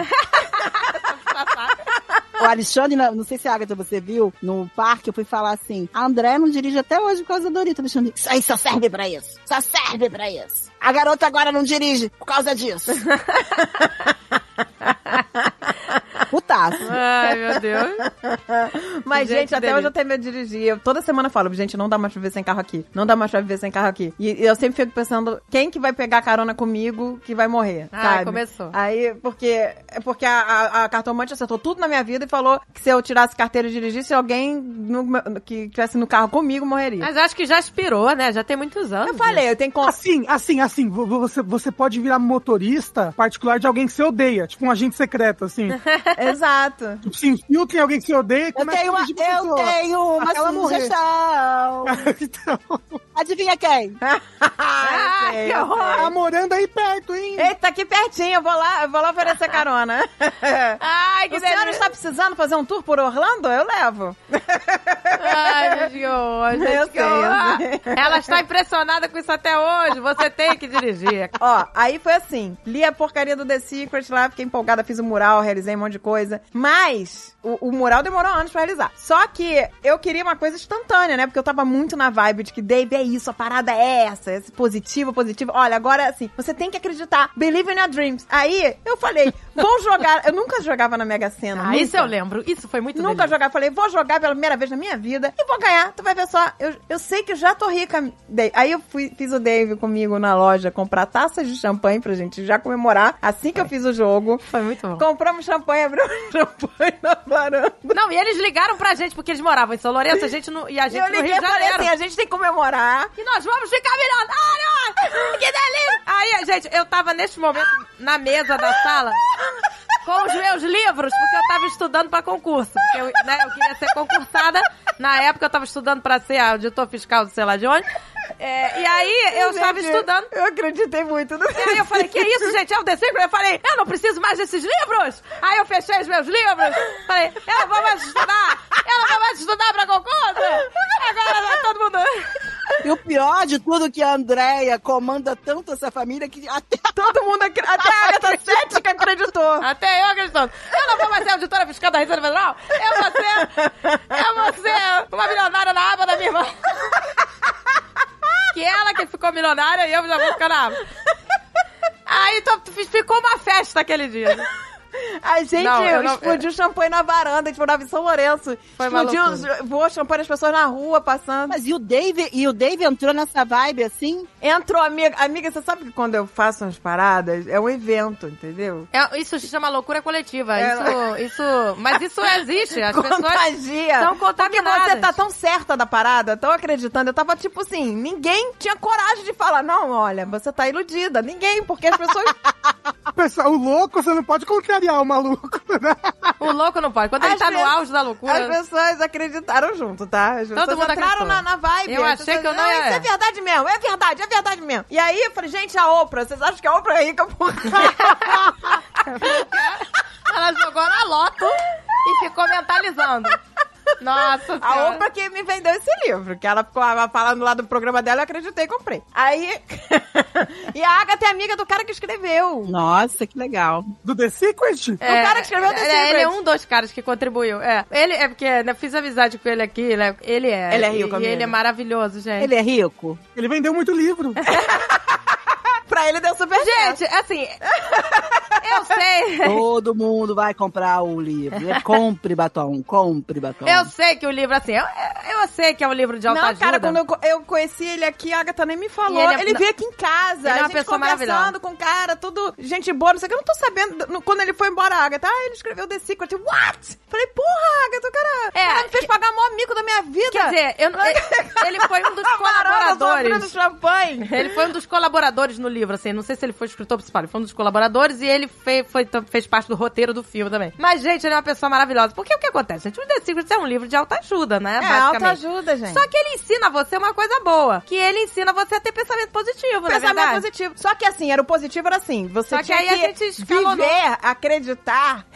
Speaker 4: O Alexandre, não não sei se a Agatha você viu, no parque eu fui falar assim: a André não dirige até hoje por causa da Dorita. O Alexandre, isso aí só serve pra isso. Só serve pra isso. A garota agora não dirige por causa disso. Putaço.
Speaker 1: Ai, meu Deus.
Speaker 2: Mas,
Speaker 1: Gente,
Speaker 2: gente, até
Speaker 1: delícia.
Speaker 2: hoje eu tenho medo de dirigir. Eu toda semana falo, gente, não dá mais pra viver sem carro aqui. Não dá mais pra viver sem carro aqui. E eu sempre fico pensando, quem que vai pegar carona comigo que vai morrer,
Speaker 1: Ah,
Speaker 2: sabe?
Speaker 1: começou.
Speaker 2: Aí, porque, é porque a, a, a cartomante acertou tudo na minha vida e falou que se eu tirasse carteira e dirigisse, alguém no meu- que estivesse no carro comigo morreria.
Speaker 1: Mas eu acho que já expirou, né? Já tem muitos anos.
Speaker 2: eu falei, eu tenho que...
Speaker 3: Assim, assim, assim, vo- vo- você, você pode virar motorista particular de alguém que você odeia, tipo um agente secreto, assim.
Speaker 2: Exato.
Speaker 3: Tipo, se infiltra em alguém que você odeia e
Speaker 4: Eu
Speaker 3: começa
Speaker 4: tenho
Speaker 3: a
Speaker 4: uma,
Speaker 3: dirigir pra
Speaker 4: eu
Speaker 3: pessoa.
Speaker 4: tenho uma
Speaker 3: Até ela morrer.
Speaker 4: sugestão.
Speaker 3: então,
Speaker 4: Adivinha quem?
Speaker 2: Ah,
Speaker 1: que horror.
Speaker 3: tá morando aí perto, hein?
Speaker 2: Eita, aqui pertinho, eu vou lá, eu vou lá oferecer carona.
Speaker 1: Ai, que
Speaker 2: o senhor
Speaker 1: delícia.
Speaker 2: está precisando fazer um tour por Orlando? Eu levo.
Speaker 1: Ai, meu Deus. gente,
Speaker 2: Eu
Speaker 1: que horror.
Speaker 2: sei, eu
Speaker 1: Ela está impressionada com isso até hoje. Você tem que dirigir.
Speaker 2: Ó, aí foi assim. Li a porcaria do The Secret lá, fiquei empolgada, fiz o mural, realizei um monte de coisa. Mas o, o mural demorou anos pra realizar. Só que eu queria uma coisa instantânea, né? Porque eu tava muito na vibe de que, Dave, é isso, a parada é essa. Esse positivo, positivo. Olha, agora assim, você tem que acreditar. Believe in your dreams. Aí eu falei, vou jogar. Eu nunca jogava na Mega Sena.
Speaker 1: Ah,
Speaker 2: nunca.
Speaker 1: isso eu lembro. Isso foi muito
Speaker 2: Nunca
Speaker 1: delícia.
Speaker 2: jogar. Falei, vou jogar pela primeira vez na minha vida e vou ganhar. Tu vai ver só. Eu, eu sei que eu já tô rica. Dave. Aí eu fui, fiz o Dave comigo na loja comprar taças de champanhe pra gente já comemorar assim que eu fiz o jogo.
Speaker 1: Foi muito bom.
Speaker 2: Compramos champanhe, abrimos champanhe na varanda.
Speaker 1: Não, e eles ligaram pra gente, porque eles moravam em São Lourenço a gente no, e a
Speaker 2: E
Speaker 1: gente
Speaker 2: eu
Speaker 1: no Rio
Speaker 2: liguei
Speaker 1: de
Speaker 2: e falei
Speaker 1: Janeiro.
Speaker 2: assim, a gente tem que comemorar.
Speaker 1: E nós vamos ficar milionários! Que delícia! Aí, gente, eu tava neste momento na mesa da sala com os meus livros, porque eu tava estudando pra concurso. Porque eu, né, eu queria ser concursada. Na época eu tava estudando pra ser auditor fiscal do sei lá de onde. É, e aí eu estava
Speaker 2: Gente,
Speaker 1: estudando.
Speaker 2: Eu acreditei muito no
Speaker 1: E aí eu falei, que isso, gente? É o The Secret? Eu falei, eu não preciso mais desses livros! Aí eu fechei os meus livros, falei, eu não vou mais estudar! Eu não vou mais estudar pra concurso! Agora vai todo mundo...
Speaker 4: E o pior de tudo é que a Andréia comanda tanto essa família que até
Speaker 2: Todo mundo, acre- até a Agatha Cética acreditou.
Speaker 1: Até eu acreditando. Eu não vou mais ser auditora fiscal da Receita Federal. Eu vou ser... Eu vou ser uma milionária na aba da minha irmã. Que ela que ficou milionária e eu já vou ficar na aba. Aí então, ficou uma festa aquele dia.
Speaker 2: A gente
Speaker 1: Não, eu não-
Speaker 2: explodiu champanhe na varanda, a gente morava em São Lourenço.
Speaker 1: Foi uma
Speaker 2: explodiu,
Speaker 1: loucura.
Speaker 2: voou champanhe nas pessoas na rua passando.
Speaker 4: Mas e o Dave, e o Dave entrou nessa vibe assim?
Speaker 2: Entrou, amiga. Amiga, você sabe que quando eu faço umas paradas, é um evento, entendeu?
Speaker 1: É, isso se chama loucura coletiva.
Speaker 2: É.
Speaker 1: Isso, isso, mas isso existe. As pessoas
Speaker 2: Contagia.
Speaker 1: estão
Speaker 2: Porque
Speaker 1: contaminadas.
Speaker 2: você tá tão certa da parada, tão acreditando. Eu tava tipo assim, ninguém tinha coragem de falar, não, olha, você tá iludida. Ninguém, porque as pessoas.
Speaker 3: Pessoal, o louco, você não pode contrariar uma maluco, né?
Speaker 1: O louco não pode. Quando ele
Speaker 2: Às
Speaker 1: tá no
Speaker 2: vezes-
Speaker 1: auge da
Speaker 2: As
Speaker 1: loucura.
Speaker 2: pessoas acreditaram junto, tá? As pessoas
Speaker 1: mundo
Speaker 2: entraram
Speaker 1: acreditou.
Speaker 2: na, na vibe.
Speaker 1: Eu
Speaker 2: As
Speaker 1: achei
Speaker 2: pessoas,
Speaker 1: que eu não
Speaker 2: "Ah,
Speaker 1: era."
Speaker 2: Isso é verdade mesmo, é verdade, é verdade mesmo. E aí eu falei, gente, a Oprah, vocês acham que a Oprah é rica por
Speaker 1: Ela jogou na loto e ficou mentalizando. Nossa
Speaker 2: A
Speaker 1: senhora.
Speaker 2: Oprah que me vendeu esse livro, que ela ficou ela falando lá do programa dela, eu acreditei e comprei. Aí. e a Agatha é amiga do cara que escreveu.
Speaker 4: Nossa, que legal.
Speaker 3: Do The Secret?
Speaker 1: É,
Speaker 2: cara que escreveu The
Speaker 1: ele, é- ele é
Speaker 2: Secret.
Speaker 1: um dos caras que contribuiu. É. Ele é porque né, eu fiz amizade com ele aqui, né? Ele é.
Speaker 2: Ele é rico,
Speaker 1: e- E
Speaker 2: amigo.
Speaker 1: ele é maravilhoso, gente.
Speaker 4: Ele é rico?
Speaker 3: Ele vendeu muito livro.
Speaker 2: Pra ele deu super certo.
Speaker 1: Gente, assim. eu sei.
Speaker 4: Todo mundo vai comprar o livro. É, Compre batom, compre batom.
Speaker 1: Eu sei que o livro, assim, eu, eu sei que é um livro de
Speaker 2: Não,
Speaker 1: autoajuda.
Speaker 2: cara, quando eu, co- eu conheci ele aqui, a Agatha nem me falou.
Speaker 1: E ele
Speaker 2: Ele,
Speaker 1: é-
Speaker 2: veio aqui em
Speaker 1: Ele
Speaker 2: casa,
Speaker 1: é
Speaker 2: a
Speaker 1: uma
Speaker 2: gente
Speaker 1: pessoa maravilhosa.
Speaker 2: conversando com o cara, tudo gente boa, não sei o que. Eu não tô sabendo. no- Quando ele foi embora, a Agatha, ah, ele escreveu The Secret. What? Falei, porra, Agatha, o cara,
Speaker 1: É,
Speaker 2: o cara me fez pagar o maior mico da minha vida.
Speaker 1: Quer dizer, eu- ele- ele foi um dos
Speaker 2: tá
Speaker 1: colaboradores.
Speaker 2: champanhe.
Speaker 1: Ele foi um dos colaboradores no livro, assim. Não sei se ele foi escritor principal, ele foi um dos colaboradores e ele fe- foi- fez parte do roteiro do filme também. Mas, gente, ele é uma pessoa maravilhosa. Porque o que acontece, gente? O The Secrets é um livro de autoajuda, né?
Speaker 2: É,
Speaker 1: basicamente.
Speaker 2: autoajuda, gente.
Speaker 1: Só que ele ensina você uma coisa boa. Que ele ensina você a ter pensamento positivo, não é
Speaker 2: pensamento
Speaker 1: verdade?
Speaker 2: positivo. Só que assim, era o positivo era assim, você
Speaker 1: Só que
Speaker 2: tinha
Speaker 1: aí
Speaker 2: que
Speaker 1: a gente escalonou.
Speaker 2: viver, acreditar.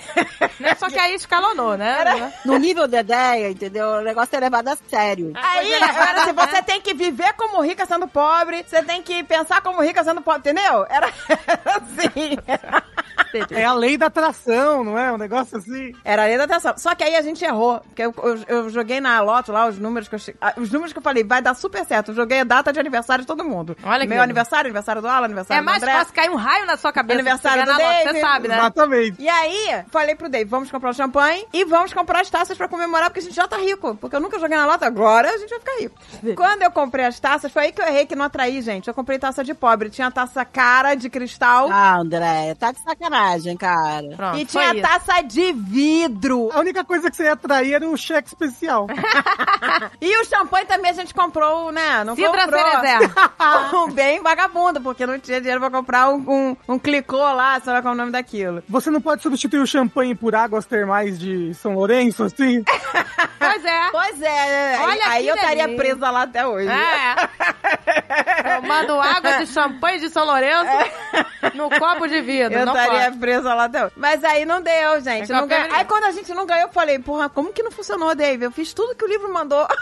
Speaker 1: Né? Só que aí escalonou, né?
Speaker 4: No nível da ideia, entendeu? O negócio é levado a sério.
Speaker 2: aí
Speaker 1: coisa era
Speaker 2: era
Speaker 1: barata,
Speaker 2: assim,
Speaker 1: né?
Speaker 2: você tem que viver como rica sendo pobre, você tem que pensar como rica sendo pobre, entendeu? Era assim.
Speaker 3: É a lei da atração, não é? Um negócio assim.
Speaker 2: Era a lei da atenção. Só que aí a gente errou. Porque eu, eu- eu joguei na loto lá os números que eu che- ah, Os números que eu falei, vai dar super certo. Eu joguei a data de aniversário de todo mundo.
Speaker 1: Olha que
Speaker 2: Meu
Speaker 1: lindo.
Speaker 2: aniversário, aniversário do Alan, aniversário
Speaker 1: É mais
Speaker 2: do André.
Speaker 1: fácil cair um raio na sua cabeça.
Speaker 2: Aniversário
Speaker 1: do
Speaker 2: do
Speaker 1: Você
Speaker 2: David.
Speaker 1: sabe, né?
Speaker 3: Exatamente.
Speaker 2: E aí, falei pro Dave, vamos comprar o champanhe e vamos comprar as taças pra comemorar, porque a gente já tá rico. Porque eu nunca joguei na lata, agora a gente vai ficar rico. Quando eu comprei as taças, foi aí que eu errei, que não atraí, gente. Eu comprei taça de pobre. Tinha taça cara de cristal
Speaker 4: Ah, André, tá de sacanagem, cara.
Speaker 1: Pronto,
Speaker 2: e
Speaker 1: foi
Speaker 2: tinha
Speaker 1: isso.
Speaker 2: taça de vidro.
Speaker 3: A única coisa que você ia atrair era o cheque especial.
Speaker 2: E o champanhe também a gente comprou, né? Não
Speaker 1: Sidra Cerezer.
Speaker 2: comprou. um bem vagabundo, porque não tinha dinheiro pra comprar um, um, um clicô lá, sei lá qual é o nome daquilo.
Speaker 3: Você não pode substituir o champanhe por águas termais de São Lourenço, assim?
Speaker 1: Pois é.
Speaker 2: Pois é, aí-
Speaker 1: Olha
Speaker 2: aí
Speaker 1: que
Speaker 2: eu estaria
Speaker 1: delícia.
Speaker 2: presa lá até hoje.
Speaker 1: É. Tomando água de champanhe de São Lourenço no copo de vidro.
Speaker 2: É. Eu
Speaker 1: não
Speaker 2: estaria
Speaker 1: pode.
Speaker 2: presa lá até hoje. Mas aí não deu, gente.
Speaker 1: É
Speaker 2: Não
Speaker 1: qualquer
Speaker 2: ganha-
Speaker 1: menina.
Speaker 2: Aí quando a gente não ganhou, eu falei, porra, como que não funcionou, Dave? Eu fiz tudo que o livro mandou.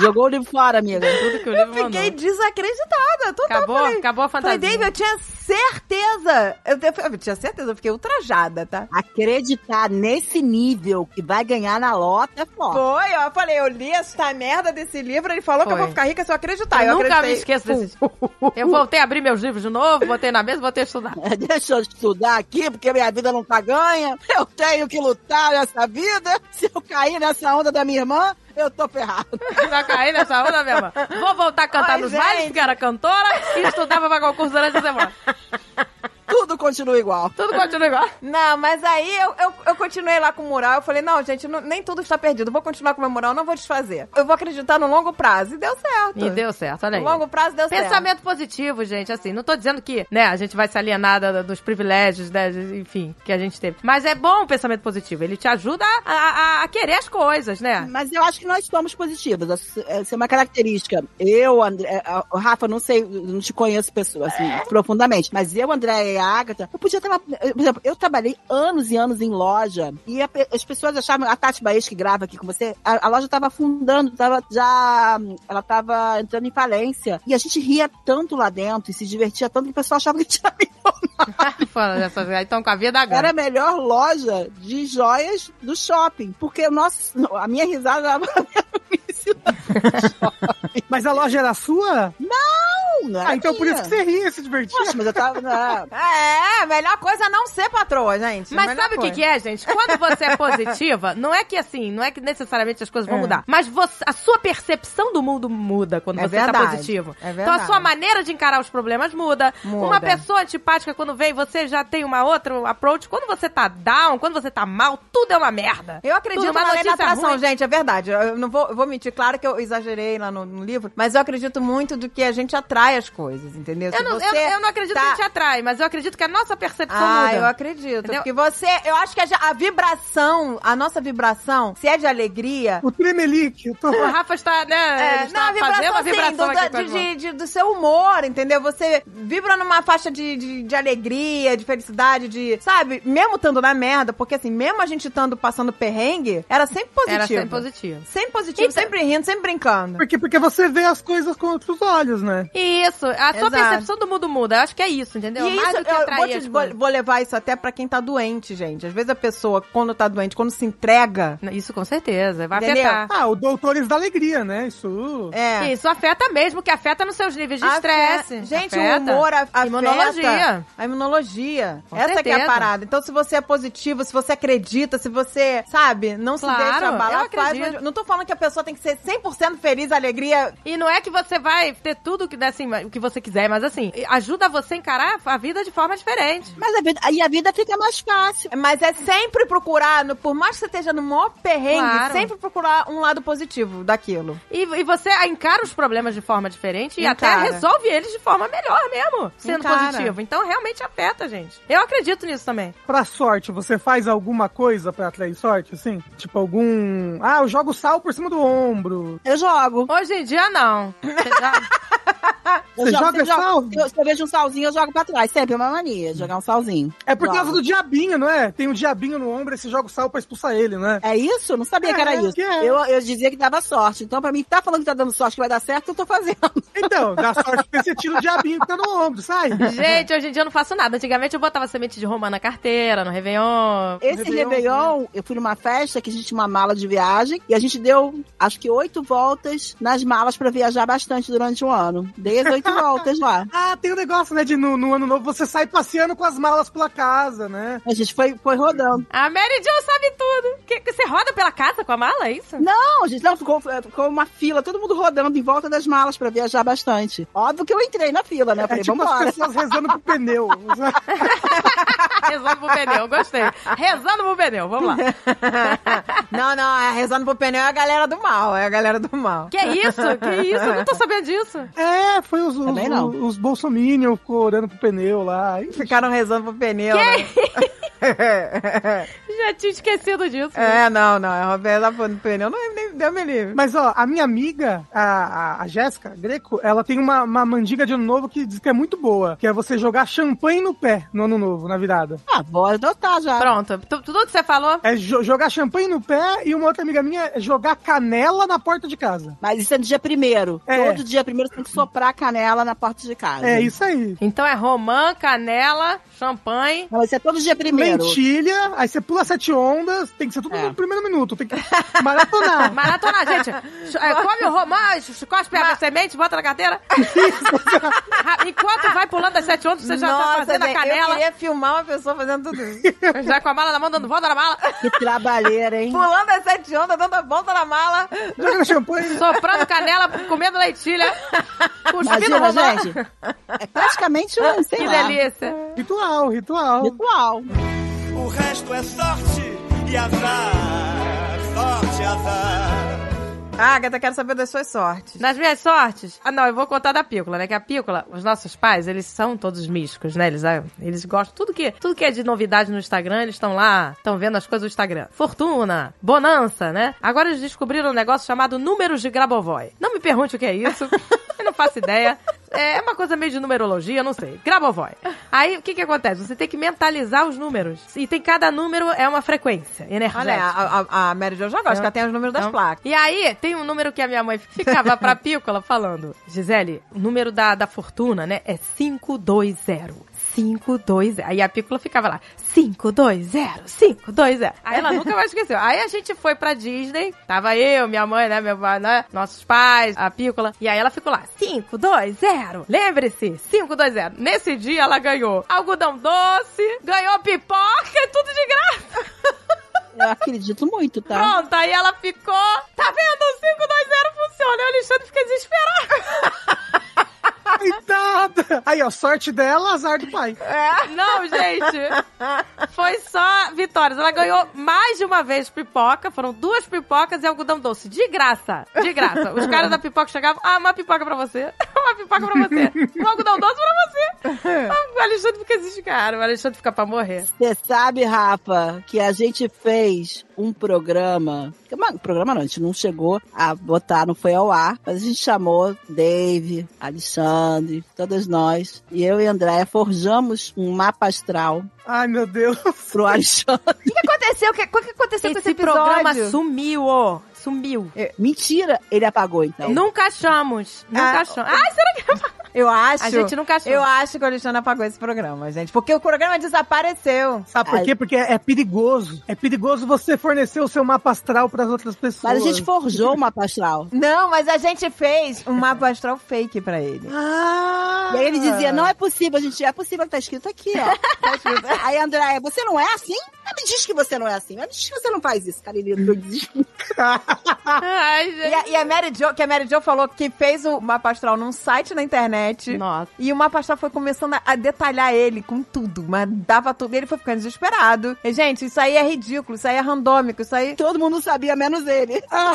Speaker 4: Jogou o livro fora, amiga.
Speaker 1: Tudo que o
Speaker 2: Eu
Speaker 1: livro
Speaker 2: fiquei
Speaker 1: mandou.
Speaker 2: desacreditada. Total,
Speaker 1: Acabou?
Speaker 2: falei-
Speaker 1: Acabou a fantasia.
Speaker 2: Falei, Dave, eu tinha certeza. Eu, te- eu tinha certeza, eu fiquei ultrajada, tá?
Speaker 4: Acreditar nesse nível que vai ganhar na lota é forte.
Speaker 2: Foi, ó, eu falei, eu li esta merda desse livro, ele falou que eu
Speaker 1: Foi.
Speaker 2: vou ficar rica se tá, eu acreditar.
Speaker 1: eu nunca me
Speaker 2: acreditei.
Speaker 1: esqueço desse. Eu voltei a abrir meus livros de novo, botei na mesa, voltei a estudar.
Speaker 4: Deixa eu estudar aqui, porque minha vida não tá ganha. Eu tenho que lutar nessa vida. Se eu cair nessa onda da minha irmã, eu tô ferrado.
Speaker 1: Já caí nessa Tá onda mesmo. Vou voltar a cantar
Speaker 2: Ai,
Speaker 1: nos
Speaker 2: gente.
Speaker 1: bailes, porque era cantora e estudava pra concurso durante a semana.
Speaker 4: Tudo continua igual.
Speaker 1: Tudo continua igual.
Speaker 2: Não, mas aí eu, eu, eu continuei lá com o mural. Eu falei, não, gente, não- nem tudo está perdido. Eu Vou continuar com o meu mural, não vou desfazer. Eu vou acreditar no longo prazo. E deu certo.
Speaker 1: E deu certo, olha aí.
Speaker 2: No longo prazo deu certo.
Speaker 1: Pensamento positivo, gente, assim, não tô dizendo que, né, a gente vai se alienar da- da- dos privilégios, né, de- enfim, que a gente teve. Mas é bom o pensamento positivo, ele te ajuda a, a- a querer as coisas, né?
Speaker 4: Mas eu acho que nós somos positivas. Essa essa é uma característica. Eu, André, a- a- Rafa, não sei, não te conheço pessoa, assim, profundamente. Mas eu, André e a Agatha, eu podia trabalhar. Por exemplo, eu trabalhei anos e anos em loja. E a pe- as pessoas achavam, a Tati Baez que grava aqui com você, a, a loja tava afundando, tava já. Ela tava entrando em falência. E a gente ria tanto lá dentro e se divertia tanto que o pessoal achava que tinha
Speaker 1: Falando dessas- aí estão com a vida
Speaker 4: era
Speaker 1: ganha.
Speaker 4: a melhor loja de joias do shopping. Porque o nosso, a minha risada era
Speaker 3: Mas a loja era sua?
Speaker 4: não era
Speaker 3: Ah, então por
Speaker 4: minha.
Speaker 3: isso que você ria, se divertia.
Speaker 4: Poxa, mas eu tava na...
Speaker 2: É, a melhor coisa é não ser patroa, gente.
Speaker 1: Mas sabe o que, que é, gente? Quando você é positiva, não é que assim, não é que necessariamente as coisas vão mudar. Mas você- a sua percepção do mundo muda quando
Speaker 2: É. É
Speaker 1: você tá
Speaker 2: verdade.
Speaker 1: positivo.
Speaker 2: É
Speaker 1: então a
Speaker 2: verdade.
Speaker 1: sua maneira de encarar os problemas muda.
Speaker 2: Muda.
Speaker 1: Uma pessoa antipática, quando vem, você já tem uma outra approach. Quando você tá down, quando você tá mal, tudo é uma merda.
Speaker 2: Eu acredito
Speaker 1: Tudo, uma
Speaker 2: na lei da
Speaker 1: notícia
Speaker 2: atração,
Speaker 1: ruim.
Speaker 2: gente, é verdade. Eu não vou, eu vou mentir, claro que eu exagerei lá no, no livro, mas eu acredito muito do que a gente atrai atrai as coisas, entendeu? Se
Speaker 1: Eu não, eu-
Speaker 2: você
Speaker 1: eu não acredito
Speaker 2: tá-
Speaker 1: que a gente atrai, mas eu acredito que a nossa percepção
Speaker 2: Ah, eu
Speaker 1: muda.
Speaker 2: acredito.
Speaker 1: Entendeu?
Speaker 2: Porque você, eu acho que a, a vibração, a nossa vibração, se é de alegria.
Speaker 3: O Tremelique, eu tô...
Speaker 1: O Rafa está,
Speaker 2: É,
Speaker 1: né? ele está fazendo a vibração
Speaker 2: assim, do,
Speaker 1: aqui com
Speaker 2: do-
Speaker 1: as mãos.
Speaker 2: de- de- do seu humor, entendeu? Você vibra numa faixa de, de, de alegria, de felicidade, de. Sabe? Mesmo estando na merda, porque assim, mesmo a gente estando passando perrengue, era sempre positivo.
Speaker 1: Era sempre positivo.
Speaker 2: Sempre positivo,
Speaker 1: Então-
Speaker 2: sempre rindo, sempre brincando.
Speaker 3: Porque, porque você vê as coisas com outros olhos, né?
Speaker 1: Isso, a sua
Speaker 2: Exato.
Speaker 1: percepção do mundo muda. Eu acho que é isso, entendeu?
Speaker 2: E
Speaker 1: Mais
Speaker 2: isso,
Speaker 1: do que
Speaker 2: eu
Speaker 1: atrair
Speaker 2: vou, te-
Speaker 1: as
Speaker 2: vou-
Speaker 1: coisas.
Speaker 2: vou levar isso até pra quem tá doente, gente. Às vezes a pessoa, quando tá doente, quando se entrega,
Speaker 1: Isso com certeza, vai
Speaker 2: Entendeu?
Speaker 1: afetar.
Speaker 3: Ah, o Doutores da Alegria, né? Isso.
Speaker 2: é.
Speaker 1: Isso afeta mesmo, que afeta nos seus níveis de
Speaker 2: Afe-
Speaker 1: estresse.
Speaker 2: Gente,
Speaker 1: Afeta.
Speaker 2: o humor a- afeta.
Speaker 1: Imunologia.
Speaker 2: A imunologia.
Speaker 1: Com
Speaker 2: Essa que é a
Speaker 1: certeza.
Speaker 2: parada. Então, se você é positivo, se você acredita, se você, sabe, não
Speaker 1: Claro,
Speaker 2: se deixa abalar,
Speaker 1: eu
Speaker 2: faz.
Speaker 1: acredito.
Speaker 2: onde- Não tô falando que a pessoa tem que ser 100% feliz, alegria.
Speaker 1: E não é que você vai ter tudo que, assim, o que você quiser, mas assim, ajuda você a encarar a vida de forma diferente.
Speaker 4: Mas a vida, aí a vida fica mais fácil.
Speaker 2: Mas é sempre procurar, no- por mais que você esteja no maior perrengue,
Speaker 1: Claro.
Speaker 2: sempre procurar um lado positivo daquilo.
Speaker 1: E, e você encara os problemas de forma diferente e
Speaker 2: Encara.
Speaker 1: até resolve eles de forma melhor mesmo, sendo
Speaker 2: Encara.
Speaker 1: positivo. Então realmente afeta, gente. Eu acredito nisso também.
Speaker 3: Pra sorte, você faz alguma coisa pra atrair sorte, assim? Tipo algum... Ah, eu jogo sal por cima do ombro.
Speaker 4: Eu jogo.
Speaker 1: Hoje em dia, não. Você já-
Speaker 4: Eu
Speaker 3: Você
Speaker 4: jogo,
Speaker 3: joga
Speaker 4: eu jogo.
Speaker 3: sal?
Speaker 4: Se eu, se eu vejo um salzinho, eu jogo pra trás. Sempre é uma mania, jogar um salzinho.
Speaker 3: É por
Speaker 4: Jogo.
Speaker 3: causa do diabinho, não é? Tem um diabinho no ombro e você joga o sal pra expulsar ele, né?
Speaker 4: É isso? Eu Não sabia que era
Speaker 3: É,
Speaker 4: isso.
Speaker 3: que é.
Speaker 4: Eu, eu dizia que dava sorte. Então, pra mim, tá falando que tá dando sorte, que vai dar certo, eu tô fazendo.
Speaker 3: Então, dá sorte porque você tira o diabinho que tá no ombro, sai.
Speaker 1: Gente, hoje em dia eu não faço nada. Antigamente eu botava semente de romã na carteira, no Réveillon.
Speaker 4: Esse
Speaker 3: Réveillon, né?
Speaker 4: Réveillon, eu fui numa festa que a gente tinha uma mala de viagem e a gente deu, acho que, oito voltas nas malas pra viajar bastante durante um ano. Dei as oito voltas lá.
Speaker 3: Ah, tem um negócio, né, de no, no ano novo você sai passeando com as malas pela casa, né?
Speaker 4: A gente foi, foi rodando.
Speaker 1: A Mary Jo sabe tudo. Que, que você roda pela casa com a mala, é isso?
Speaker 4: Não, gente, não, ficou, ficou uma fila, todo mundo rodando em volta das malas pra viajar bastante. Óbvio que eu entrei na fila, né? Eu
Speaker 3: É
Speaker 4: falei,
Speaker 3: tipo as
Speaker 4: vambora.
Speaker 3: pessoas rezando pro pneu.
Speaker 1: Rezando pro pneu, gostei. Rezando pro pneu, vamos lá.
Speaker 2: não, não, é rezando pro pneu é a galera do mal, é a galera do mal.
Speaker 1: Que isso? Que isso? Eu não tô sabendo disso.
Speaker 3: É, foi os, os,
Speaker 4: Também não.
Speaker 3: os bolsominion ficou orando pro pneu lá. Ih,
Speaker 2: Ficaram rezando pro pneu, né?
Speaker 1: Já tinha esquecido disso.
Speaker 2: É, não, não. É Roberta falando pneu, não é nem deu me livre.
Speaker 3: Mas ó, a minha amiga, a, a- a Jéssica Greco, ela tem uma, uma mandiga de ano novo que diz que é muito boa, que é você jogar champanhe no pé no ano novo, na virada.
Speaker 4: Ah, vou adotar já.
Speaker 1: Pronto, tu- tudo que você falou.
Speaker 3: É jo- jogar champanhe no pé e uma outra amiga minha é jogar canela na porta de casa.
Speaker 4: Mas isso é no dia primeiro.
Speaker 3: É.
Speaker 4: Todo dia primeiro você tem que soprar a canela na porta de casa.
Speaker 3: É isso aí.
Speaker 1: Então é romã, canela, champanhe.
Speaker 4: Não, isso é todo dia primeiro.
Speaker 3: Lentilha, aí você pula sete ondas, tem que ser tudo
Speaker 4: É.
Speaker 3: no primeiro minuto, tem que maratonar.
Speaker 1: Maratona, gente. Ch- é, Come o romã, ch- cospe a semente, bota na carteira. Ah, Enquanto vai pulando as sete ondas, você já tá fazendo a
Speaker 2: gente,
Speaker 1: canela.
Speaker 2: né, Eu queria filmar uma pessoa fazendo tudo isso.
Speaker 1: Já com a mala na mão, dando volta na mala.
Speaker 4: Que trabalheira, hein?
Speaker 2: Pulando as sete ondas, dando a volta na mala.
Speaker 3: Joga champanhe.
Speaker 1: Soprando canela, comendo leitilha. Cuspindo
Speaker 4: Imagina,
Speaker 3: né?
Speaker 1: romã.
Speaker 4: gente. É praticamente um, sei
Speaker 1: Que
Speaker 4: lá,
Speaker 3: é
Speaker 1: delícia.
Speaker 3: Ritual, ritual.
Speaker 4: ritual.
Speaker 7: O resto é sorte e azar, sorte, azar.
Speaker 2: Ah, Agatha, quero saber das suas sortes.
Speaker 1: Nas minhas sortes? Ah, não, eu vou contar da pícola, né? Que a pícola, os nossos pais, eles são todos místicos, né? Eles, ah, eles gostam tudo que tudo que é de novidade no Instagram, eles estão lá, estão vendo as coisas do Instagram. Fortuna, bonança, né? Agora eles descobriram um negócio chamado números de Grabovoi. Não me pergunte o que é isso. eu não faço ideia. É uma coisa meio de numerologia, eu não sei. Grabovoi. Aí, o que que acontece? Você tem que mentalizar os números. E tem cada número é uma frequência energética.
Speaker 2: Olha, a, a, a Mary Jo já gosta, que ela tem os números das
Speaker 1: Então,
Speaker 2: placas.
Speaker 1: E aí, tem um número que a minha mãe ficava pra pícola falando. Gisele, o número da, da fortuna, né, é 520. 520. Aí a pícola ficava lá, 520, 520. Aí ela nunca mais esqueceu. Aí a gente foi pra Disney, tava eu, minha mãe, né, meu pai, né, nossos pais, a pícola. E aí ela ficou lá, 520. Lembre-se, 520. Nesse dia ela ganhou algodão doce, ganhou pipoca, é tudo de graça.
Speaker 4: Eu acredito muito, tá?
Speaker 1: Pronto, aí ela ficou. Tá vendo? O 520 funciona. E o Alexandre fica desesperado.
Speaker 3: Coitada! Aí, ó, sorte dela, azar do pai.
Speaker 1: Não, gente. foi só vitórias. Ela ganhou mais de uma vez pipoca. Foram duas pipocas e algodão doce. De graça. De graça. Os caras da pipoca chegavam. Ah, uma pipoca pra você. Uma pipoca pra você. Um algodão doce pra você. O Alexandre fica assim, cara. O Alexandre fica pra morrer.
Speaker 4: Você sabe, Rafa, que a gente fez um programa. uma- programa não, a gente não chegou a botar, não foi ao ar, mas a gente chamou Dave, Alexandre, todas nós. E eu e Andréia forjamos um mapa astral
Speaker 3: Ai, meu Deus.
Speaker 4: pro Alexandre.
Speaker 2: O que aconteceu? O que, o que aconteceu com
Speaker 1: Esse
Speaker 2: esse episódio?
Speaker 1: programa sumiu, ó. Sumiu.
Speaker 4: Mentira, ele apagou então.
Speaker 1: Nunca achamos. Nunca
Speaker 2: Ah,
Speaker 1: achamos. Ah, será que
Speaker 2: Eu acho.
Speaker 1: a gente nunca achou?
Speaker 2: Eu acho que o Alexandre apagou esse programa, gente. Porque o programa desapareceu.
Speaker 3: Sabe por
Speaker 4: Ai.
Speaker 3: quê? Porque é é perigoso. É perigoso você fornecer o seu mapa astral pras outras pessoas.
Speaker 4: Mas a gente forjou o mapa astral.
Speaker 2: Não, mas a gente fez um mapa astral fake pra ele.
Speaker 3: Ah!
Speaker 4: E aí ele dizia, não é possível, gente, é possível, tá escrito aqui, ó. Tá escrito. Aí, Andréia, você não é assim? Mas me diz que você não é assim, mas me diz que você não faz isso, cara, ele entrou em desespero.
Speaker 1: Ai,
Speaker 2: E a, e a Mary Jo, que a Mary Jo falou que fez o mapa astral num site na internet.
Speaker 1: Nossa.
Speaker 2: E o mapa astral foi começando a- a detalhar ele com tudo, mas dava tudo. E ele foi ficando desesperado. E, gente, isso aí é ridículo, isso aí é randômico, isso aí.
Speaker 4: Todo mundo sabia, menos ele.
Speaker 3: Ah,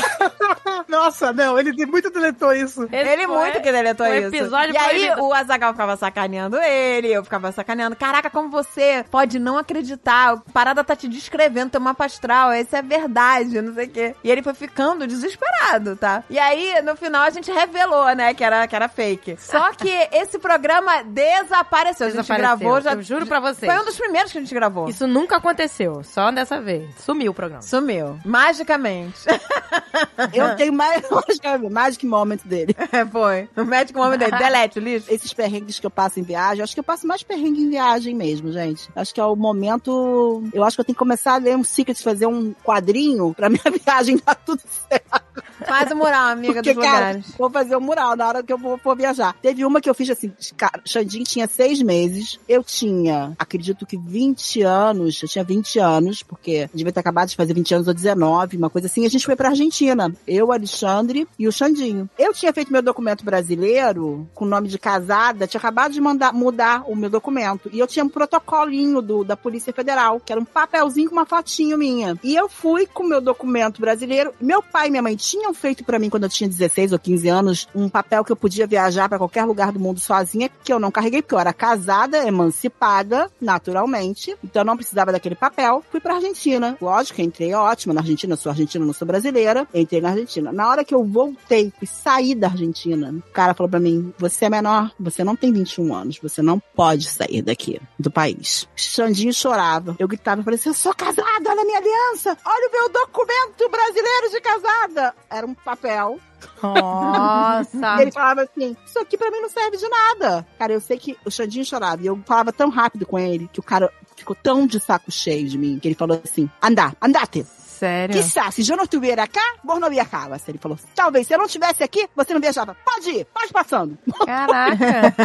Speaker 3: Nossa, não, ele de- muito deletou isso.
Speaker 2: ele
Speaker 1: foi-
Speaker 2: muito que deletou
Speaker 1: o
Speaker 2: isso.
Speaker 1: episódio
Speaker 2: e
Speaker 1: foi
Speaker 2: aí
Speaker 1: lindo.
Speaker 2: o Azagal ficava sacaneando ele, eu ficava sacaneando. Caraca, como você pode não acreditar? A parada tá te descrevendo teu mapa astral, essa é a verdade, não sei o quê. E ele foi ficando desesperado, tá? E aí, no final, a gente revelou, né, que era, que era fake. Só que esse programa desapareceu. A gente
Speaker 1: Desapareceu.
Speaker 2: gravou já.
Speaker 1: Eu juro pra vocês.
Speaker 2: Foi um dos primeiros que a gente gravou.
Speaker 1: Isso nunca aconteceu. Só dessa vez. Sumiu o programa.
Speaker 2: Sumiu. Magicamente.
Speaker 4: Eu tenho mais magic moment dele.
Speaker 2: É, foi. O médico homem dele. Delete, lixo.
Speaker 4: Esses perrengues que eu passo em viagem, eu acho que eu passo mais perrengue em viagem mesmo, gente. Acho que é o momento. Eu acho que eu tenho que começar a ler um secret, fazer um quadrinho pra minha viagem dar tudo certo.
Speaker 2: Faz o mural, amiga,
Speaker 4: Porque,
Speaker 2: dos
Speaker 4: cara,
Speaker 2: lugares.
Speaker 4: vou fazer um mural na hora que eu vou, for viajar. Teve uma que eu fiz assim, cara, Xandinho tinha seis meses. Eu tinha, acredito que 20 anos. Eu tinha 20 anos, porque eu devia ter acabado de fazer 20 anos ou 19, uma coisa assim. E a gente foi pra Argentina. Eu, Alexandre e o Xandinho. Eu tinha feito meu documento brasileiro com o nome de casada, tinha acabado de mandar mudar o meu documento. E eu tinha um protocolinho do, da Polícia Federal, que era um papelzinho com uma fotinho minha. E eu fui com o meu documento brasileiro. Meu pai e minha mãe tinham feito pra mim quando eu tinha 16 ou 15 anos um papel que eu podia viajar pra qualquer lugar do mundo sozinha, que eu não carreguei porque eu era casada, emancipada, naturalmente. Então eu não precisava daquele papel. Fui pra Argentina. Lógico, entrei ótimo na Argentina, sou argentina, não sou brasileira. Entrei na Argentina. Na hora que eu voltei e saí da Argentina, o cara falou pra mim: "Você é menor, você não tem 21 anos, você não pode sair daqui do país". Xandinho chorava. Eu gritava, falei assim: "Eu sou casada, olha a minha aliança, olha o meu documento brasileiro de casada". Era um papel
Speaker 1: Nossa.
Speaker 4: e ele falava assim: Isso aqui pra mim não serve de nada. Cara, eu sei que o Xandinho chorava. E eu falava tão rápido com ele que o cara ficou tão de saco cheio de mim que ele falou assim: Andá, andate.
Speaker 1: Sério.
Speaker 4: Quizás, se eu não estiver cá, vos não viajavas. Ele falou: Talvez se eu não estivesse aqui, você não viajava. Pode ir, pode passando.
Speaker 1: Caraca.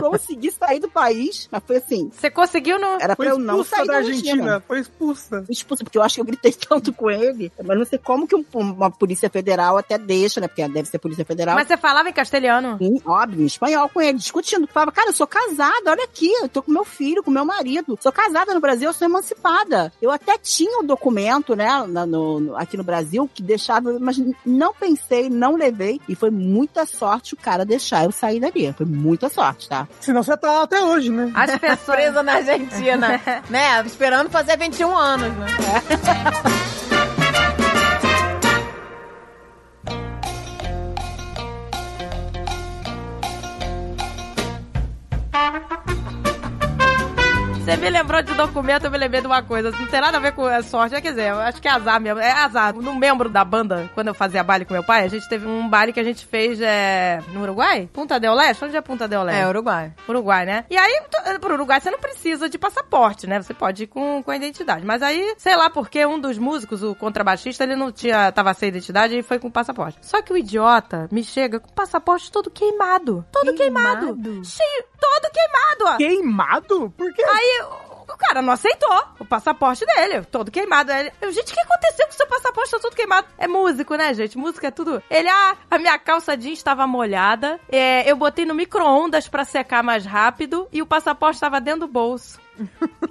Speaker 4: Consegui sair do país, mas foi assim:
Speaker 1: Você conseguiu no.
Speaker 4: era pra
Speaker 3: Foi
Speaker 4: eu não
Speaker 3: expulsa
Speaker 4: sair
Speaker 3: da Argentina. Foi expulsa.
Speaker 4: fui expulsa, porque eu acho que eu gritei tanto com ele. Mas não sei como que um- uma polícia federal até deixa, né? Porque deve ser polícia federal.
Speaker 1: Mas você falava em castelhano?
Speaker 4: Sim, óbvio, em espanhol com ele, discutindo. Falava, cara, eu sou casada, olha aqui, eu tô com meu filho, com meu marido. Sou casada no Brasil, eu sou emancipada. Eu até tinha um documento, né, na- no- no- aqui no Brasil, que deixava, mas não pensei, não levei. E foi muita sorte o cara deixar eu sair dali. Foi muita sorte, tá?
Speaker 3: Senão você tá lá até hoje, né?
Speaker 1: As pessoas.
Speaker 2: presa na Argentina, né? Esperando fazer 21 anos, né?
Speaker 1: Você me lembrou de documento, eu me lembrei de uma coisa. Não tem nada a ver com a sorte, é, quer dizer, eu acho que é azar mesmo. É azar. No membro da banda, quando eu fazia baile com meu pai, a gente teve um baile que a gente fez é, no Uruguai? Punta del Leste? Onde é Punta del Leste?
Speaker 2: É, Uruguai.
Speaker 1: Uruguai, né? E aí, to- pro Uruguai você não precisa de passaporte, né? Você pode ir com, com a identidade. Mas aí, sei lá porque um dos músicos, o contrabaixista, ele não tinha, tava sem identidade e foi com passaporte. Só que o idiota me chega com o passaporte todo queimado. Todo queimado. Cheio, todo queimado, ó.
Speaker 3: Queimado? Por quê?
Speaker 1: Aí o- o cara não aceitou o passaporte dele, todo queimado. Aí Ele, eu, gente, o que aconteceu com o seu passaporte? Tá todo queimado. É músico, né, gente? Música é tudo. Ele, ah, a minha calça jeans estava molhada, é, eu botei no micro-ondas pra secar mais rápido e o passaporte estava dentro do bolso.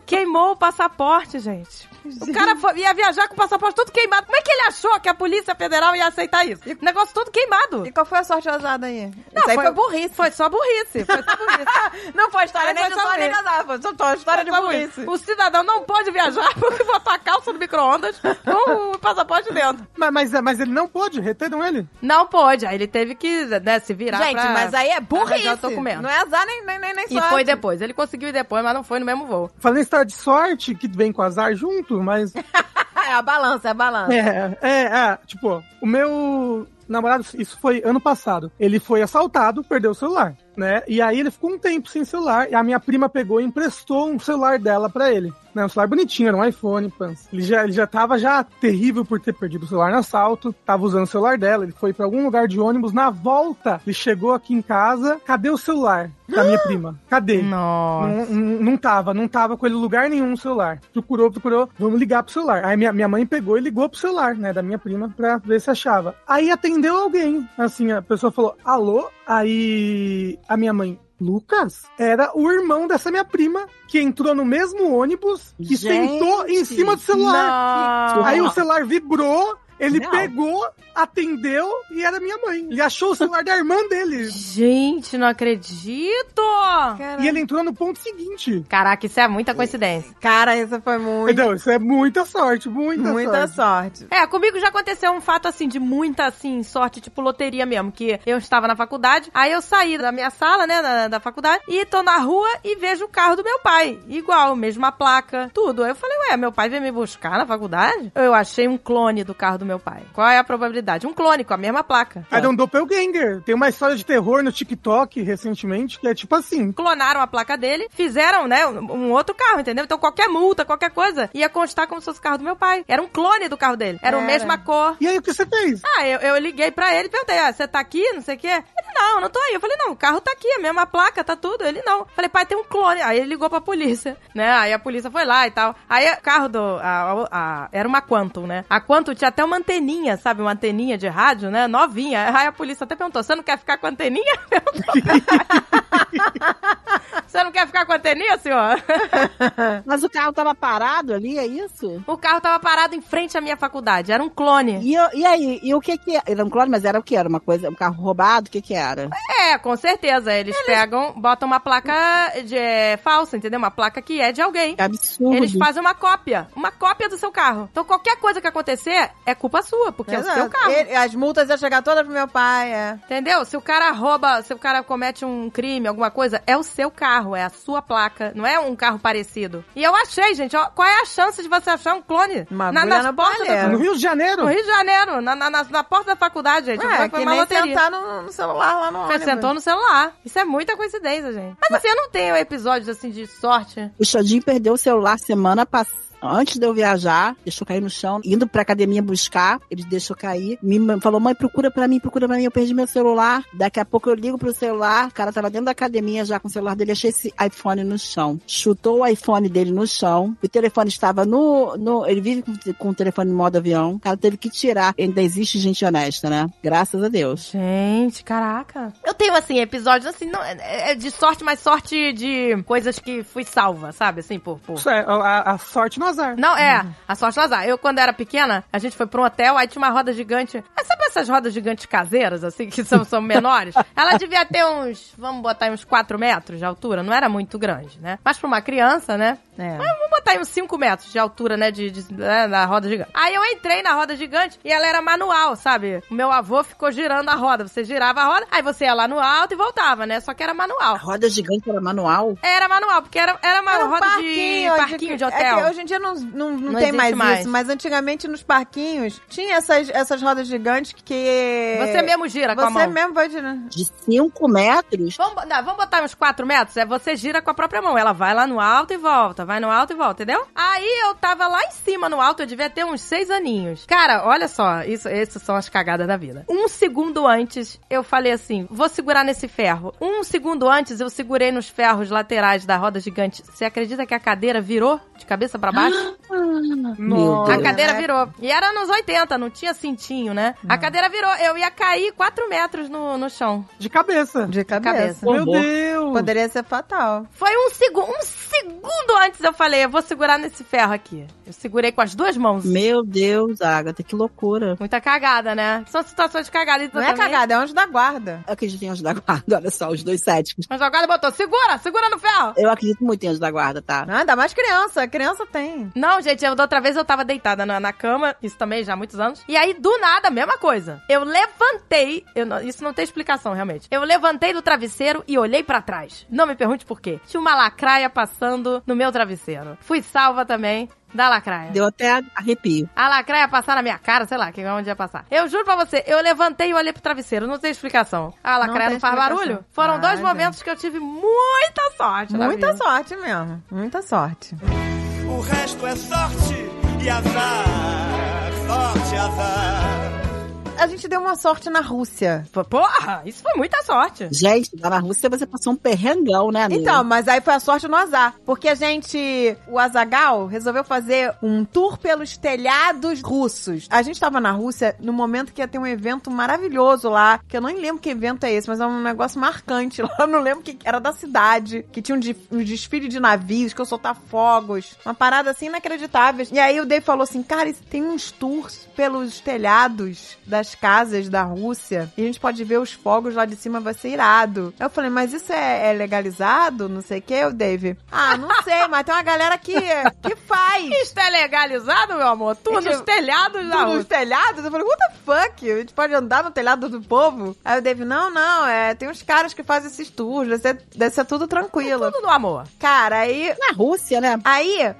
Speaker 1: Queimou o passaporte, gente. O cara foi- ia viajar com o passaporte todo queimado. Como é que ele achou que a Polícia Federal ia aceitar isso? O negócio todo queimado.
Speaker 2: E qual foi a sorte azada aí?
Speaker 1: Não,
Speaker 2: Isso aí foi,
Speaker 1: burrice. Foi só burrice. Foi só burrice.
Speaker 2: Não foi história
Speaker 1: Aí
Speaker 2: nem
Speaker 1: foi
Speaker 2: de
Speaker 1: só
Speaker 2: sorte nem de
Speaker 1: burrice.
Speaker 2: azar, foi só história de
Speaker 1: É Só
Speaker 2: burrice.
Speaker 1: O cidadão não pode viajar porque botou a calça no micro-ondas com o passaporte dentro.
Speaker 3: Mas, mas, mas ele não pôde, reteram ele.
Speaker 1: Não pôde. Aí ele teve que né, se virar
Speaker 2: Gente,
Speaker 1: pra-
Speaker 2: mas aí é burrice.
Speaker 1: arranjar o documento.
Speaker 2: Não é azar nem, nem, nem, nem
Speaker 1: E
Speaker 2: sorte.
Speaker 1: foi depois. Ele conseguiu ir depois, mas não foi no mesmo voo.
Speaker 3: Falando em história de sorte, que vem com azar junto, mas.
Speaker 2: É a balança, é a balança.
Speaker 3: É, é, é. Tipo, o meu namorado, isso foi ano passado. Ele foi assaltado, perdeu o celular, né? E aí ele ficou um tempo sem celular. E a minha prima pegou e emprestou um celular dela pra ele. Né, um celular bonitinho, era um iPhone, pans. Ele já, ele já tava já terrível por ter perdido o celular no assalto. Tava usando o celular dela. Ele foi pra algum lugar de ônibus. Na volta, ele chegou aqui em casa. Cadê o celular da minha prima? Cadê?
Speaker 1: Nossa.
Speaker 3: Não, não- não tava, não tava com ele em lugar nenhum no celular. Procurou, procurou, vamos ligar pro celular. Aí minha, minha mãe pegou e ligou pro celular, né, da minha prima, pra ver se achava. Aí atendeu alguém, assim, a pessoa falou, alô? Aí a minha mãe, Lucas? Era o irmão dessa minha prima, que entrou no mesmo ônibus, que
Speaker 4: Gente,
Speaker 3: sentou em cima do celular.
Speaker 1: Nossa.
Speaker 3: Aí o celular vibrou, ele
Speaker 4: Não.
Speaker 3: pegou, atendeu e era minha mãe. Ele achou o celular da irmã dele.
Speaker 1: Gente, não acredito!
Speaker 2: Cara,
Speaker 3: E ele entrou no ponto seguinte.
Speaker 1: Caraca, isso é muita coincidência.
Speaker 2: cara, isso foi muito,
Speaker 3: Então, isso é muita sorte, muita,
Speaker 2: muita
Speaker 3: sorte.
Speaker 2: sorte.
Speaker 1: É, comigo já aconteceu um fato assim, de muita assim, sorte, tipo loteria mesmo, que eu estava na faculdade, aí eu saí da minha sala, né, da, da faculdade, e tô na rua e vejo o carro do meu pai. Igual, mesma placa, tudo. Aí eu falei, ué, meu pai veio me buscar na faculdade? Eu achei um clone do carro do meu pai. Qual é a probabilidade? Um clone com a mesma placa.
Speaker 3: Era um doppelganger. Tem uma história de terror no TikTok recentemente que é tipo assim.
Speaker 1: clonaram a placa dele, fizeram, né, um um outro carro, entendeu? Então qualquer multa, qualquer coisa, ia constar como se fosse o carro do meu pai. Era um clone do carro dele. Era a
Speaker 2: Era.
Speaker 1: mesma cor.
Speaker 3: E aí o que você fez?
Speaker 1: Ah, eu, eu liguei pra ele, perguntei, ah, você tá aqui, não sei o quê? Ele, não, não tô aí. Eu falei, não, o carro tá aqui, a mesma placa, tá tudo. Ele, não. Falei, pai, tem um clone. Aí ele ligou pra polícia, né? Aí a polícia foi lá e tal. Aí o carro do... a- a- a- era uma Quantum, né? A Quantum tinha até uma anteninha, sabe? Uma anteninha de rádio, né? Novinha. Aí a polícia até perguntou, você não quer ficar com a anteninha? Você não quer ficar com a anteninha, senhor?
Speaker 4: Mas o carro tava parado ali, é isso?
Speaker 1: O carro tava parado em frente à minha faculdade. Era um clone.
Speaker 4: E, eu- e aí, e o que que era? Era um clone, mas era o que? Era uma coisa, um carro roubado? O que que era?
Speaker 1: É, com certeza. Eles, pegam, botam uma placa de, é, falsa, entendeu? Uma placa que é de alguém.
Speaker 4: Que absurdo.
Speaker 1: Eles fazem uma cópia. Uma cópia do seu carro. Então qualquer coisa que acontecer é culpa sua, porque é o seu
Speaker 2: Exato.
Speaker 1: carro.
Speaker 2: Ele- as multas iam chegar todas pro meu pai, é.
Speaker 1: Entendeu? Se o cara rouba, se o cara comete um crime, alguma coisa, é o seu carro, é a sua placa, não é um carro parecido. E eu achei, gente, ó, qual é a chance de você achar um clone?
Speaker 2: Uma
Speaker 1: na,
Speaker 2: agulha
Speaker 1: nas
Speaker 2: na
Speaker 1: portas da-
Speaker 2: palheira.
Speaker 3: No Rio de Janeiro?
Speaker 1: No Rio de Janeiro, na, na, na, na porta da faculdade, gente.
Speaker 2: Ué,
Speaker 1: Foi-
Speaker 2: é
Speaker 1: foi
Speaker 2: que
Speaker 1: uma
Speaker 2: nem
Speaker 1: loteria.
Speaker 2: sentar no, no celular lá no
Speaker 1: Você
Speaker 2: ônibus.
Speaker 1: sentou no celular. Isso é muita coincidência, gente. Mas, assim, eu não tenho episódios assim de sorte.
Speaker 4: O Xandinho perdeu o celular semana passada. Antes de eu viajar, deixou cair no chão, indo pra academia buscar, ele deixou cair, me ma- falou, mãe, procura pra mim, procura pra mim, eu perdi meu celular. Daqui a pouco eu ligo pro celular, o cara tava dentro da academia já com o celular dele, achei esse iPhone no chão. Chutou o iPhone dele no chão, o telefone estava no... no ele vive com, com o telefone no modo avião, o cara teve que tirar. Ainda existe gente honesta, né? Graças a Deus.
Speaker 1: Gente, caraca. Eu tenho, assim, episódios assim, não, é, é de sorte, mas sorte de coisas que fui salva, sabe? Assim, por. por...
Speaker 3: Isso é, a, a sorte no azar.
Speaker 1: Não, é, a sorte no azar. Eu, quando era pequena, a gente foi pra um hotel, aí tinha uma roda gigante. Ah, sabe essas rodas gigantes caseiras, assim, que são, são menores? Ela devia ter uns, vamos botar aí uns 4 metros de altura, não era muito grande, né? Mas pra uma criança, né?
Speaker 2: É.
Speaker 1: Mas vamos botar aí uns 5 metros de altura, né? De, de- né, da roda gigante. Aí eu entrei na roda gigante e ela era manual, sabe? O meu avô ficou girando a roda. Você girava a roda, aí você ia lá no alto e voltava, né? Só que era
Speaker 4: A
Speaker 1: manual.
Speaker 4: roda gigante era manual?
Speaker 1: Era manual, porque era, era uma
Speaker 2: Era um
Speaker 1: roda
Speaker 2: parquinho,
Speaker 1: de parquinho de
Speaker 2: É
Speaker 1: hotel.
Speaker 2: que hoje em dia não, não, não
Speaker 1: Não
Speaker 2: tem
Speaker 1: existe
Speaker 2: mais,
Speaker 1: mais.
Speaker 2: isso, mas antigamente nos parquinhos tinha essas, essas rodas gigantes que.
Speaker 1: Você mesmo gira com a mão.
Speaker 2: Você mesmo vai girando.
Speaker 4: De 5 metros?
Speaker 1: Vamos, não, vamos botar uns 4 metros? É, você gira com a própria mão. Ela vai lá no alto e volta, vai no alto e volta, entendeu? Aí eu tava lá em cima no alto, eu devia ter uns 6 aninhos. Cara, olha só, isso, essas são as cagadas da vida. Um segundo antes, eu falei assim: vou segurar nesse ferro. Um segundo antes, eu segurei nos ferros laterais da roda gigante. Você acredita que a cadeira virou de cabeça pra baixo?
Speaker 3: Nossa.
Speaker 1: A cadeira virou. E era nos 80, não tinha cintinho, né? A cadeira virou. Eu ia cair 4 metros no, no chão.
Speaker 3: De cabeça.
Speaker 2: De
Speaker 1: cabeça.
Speaker 2: cabeça.
Speaker 3: Meu
Speaker 8: Bombou.
Speaker 3: Deus.
Speaker 2: Poderia ser fatal.
Speaker 1: Foi um segundo. Um segundo antes eu falei, eu vou segurar nesse ferro aqui. Eu segurei com as duas mãos.
Speaker 4: Meu Deus, Agatha, que loucura.
Speaker 1: Muita cagada, né? São situações cagadas.
Speaker 2: Não é cagada, é anjo da guarda.
Speaker 4: Eu acredito em anjo da guarda, olha só, os dois céticos.
Speaker 1: Mas o guarda botou, segura, segura no ferro.
Speaker 4: Eu acredito muito em anjo da guarda, tá?
Speaker 2: Ah, ainda mais criança. Criança tem.
Speaker 1: Não, gente, eu, da outra vez eu tava deitada na, na cama, isso também já há muitos anos. E aí, do nada, mesma coisa. Eu levantei, eu não- isso não tem explicação, realmente. Eu levantei do travesseiro e olhei pra trás. Não me pergunte por quê. Tinha uma lacraia passando no meu travesseiro. Fui salva também da lacraia.
Speaker 4: Deu até arrepio.
Speaker 1: A lacraia ia passar na minha cara, sei lá, que onde ia passar. Eu juro pra você, eu levantei e olhei pro travesseiro, não tem explicação. A lacraia não,
Speaker 2: tem
Speaker 1: faz
Speaker 2: explicação.
Speaker 1: barulho? Foram
Speaker 2: Ah,
Speaker 1: dois
Speaker 2: gente.
Speaker 1: momentos que eu tive muita sorte. na
Speaker 2: Muita
Speaker 1: vida.
Speaker 2: sorte mesmo. Muita sorte.
Speaker 7: O resto é sorte e azar, sorte, azar.
Speaker 2: A gente deu uma sorte na Rússia.
Speaker 1: Pô, Porra, isso foi muita sorte.
Speaker 4: Gente, lá na Rússia você passou um perrengão, né, amiga?
Speaker 2: Então, mas aí foi a sorte no azar. Porque a gente, o Azagal, resolveu fazer um tour pelos telhados russos. A gente tava na Rússia no momento que ia ter um evento maravilhoso lá, que eu não lembro que evento é esse, mas é um negócio marcante lá. Eu não lembro que era da cidade, que tinha um, de- um desfile de navios, que eu soltar fogos. Uma parada assim inacreditável. E aí o Dave falou assim: cara, tem uns tours pelos telhados das casas da Rússia e a gente pode ver os fogos lá de cima, vai ser irado. Eu falei, mas isso é, é legalizado? Não sei o que, o Dave. Ah, não sei, mas tem uma galera que, que faz.
Speaker 1: Isso é legalizado, meu amor? Tu
Speaker 2: Gente,
Speaker 1: nos
Speaker 2: eu-
Speaker 1: telhados da
Speaker 2: Tudo nos
Speaker 1: Rússia.
Speaker 2: telhados? Eu falei, what the fuck? A gente pode andar no telhado do povo? Aí o Dave, não, não, é, tem uns caras que fazem esses tours, deve ser, deve ser tudo tranquilo.
Speaker 1: É Tudo do amor.
Speaker 2: Cara, aí
Speaker 4: Na Rússia, né?
Speaker 2: Aí,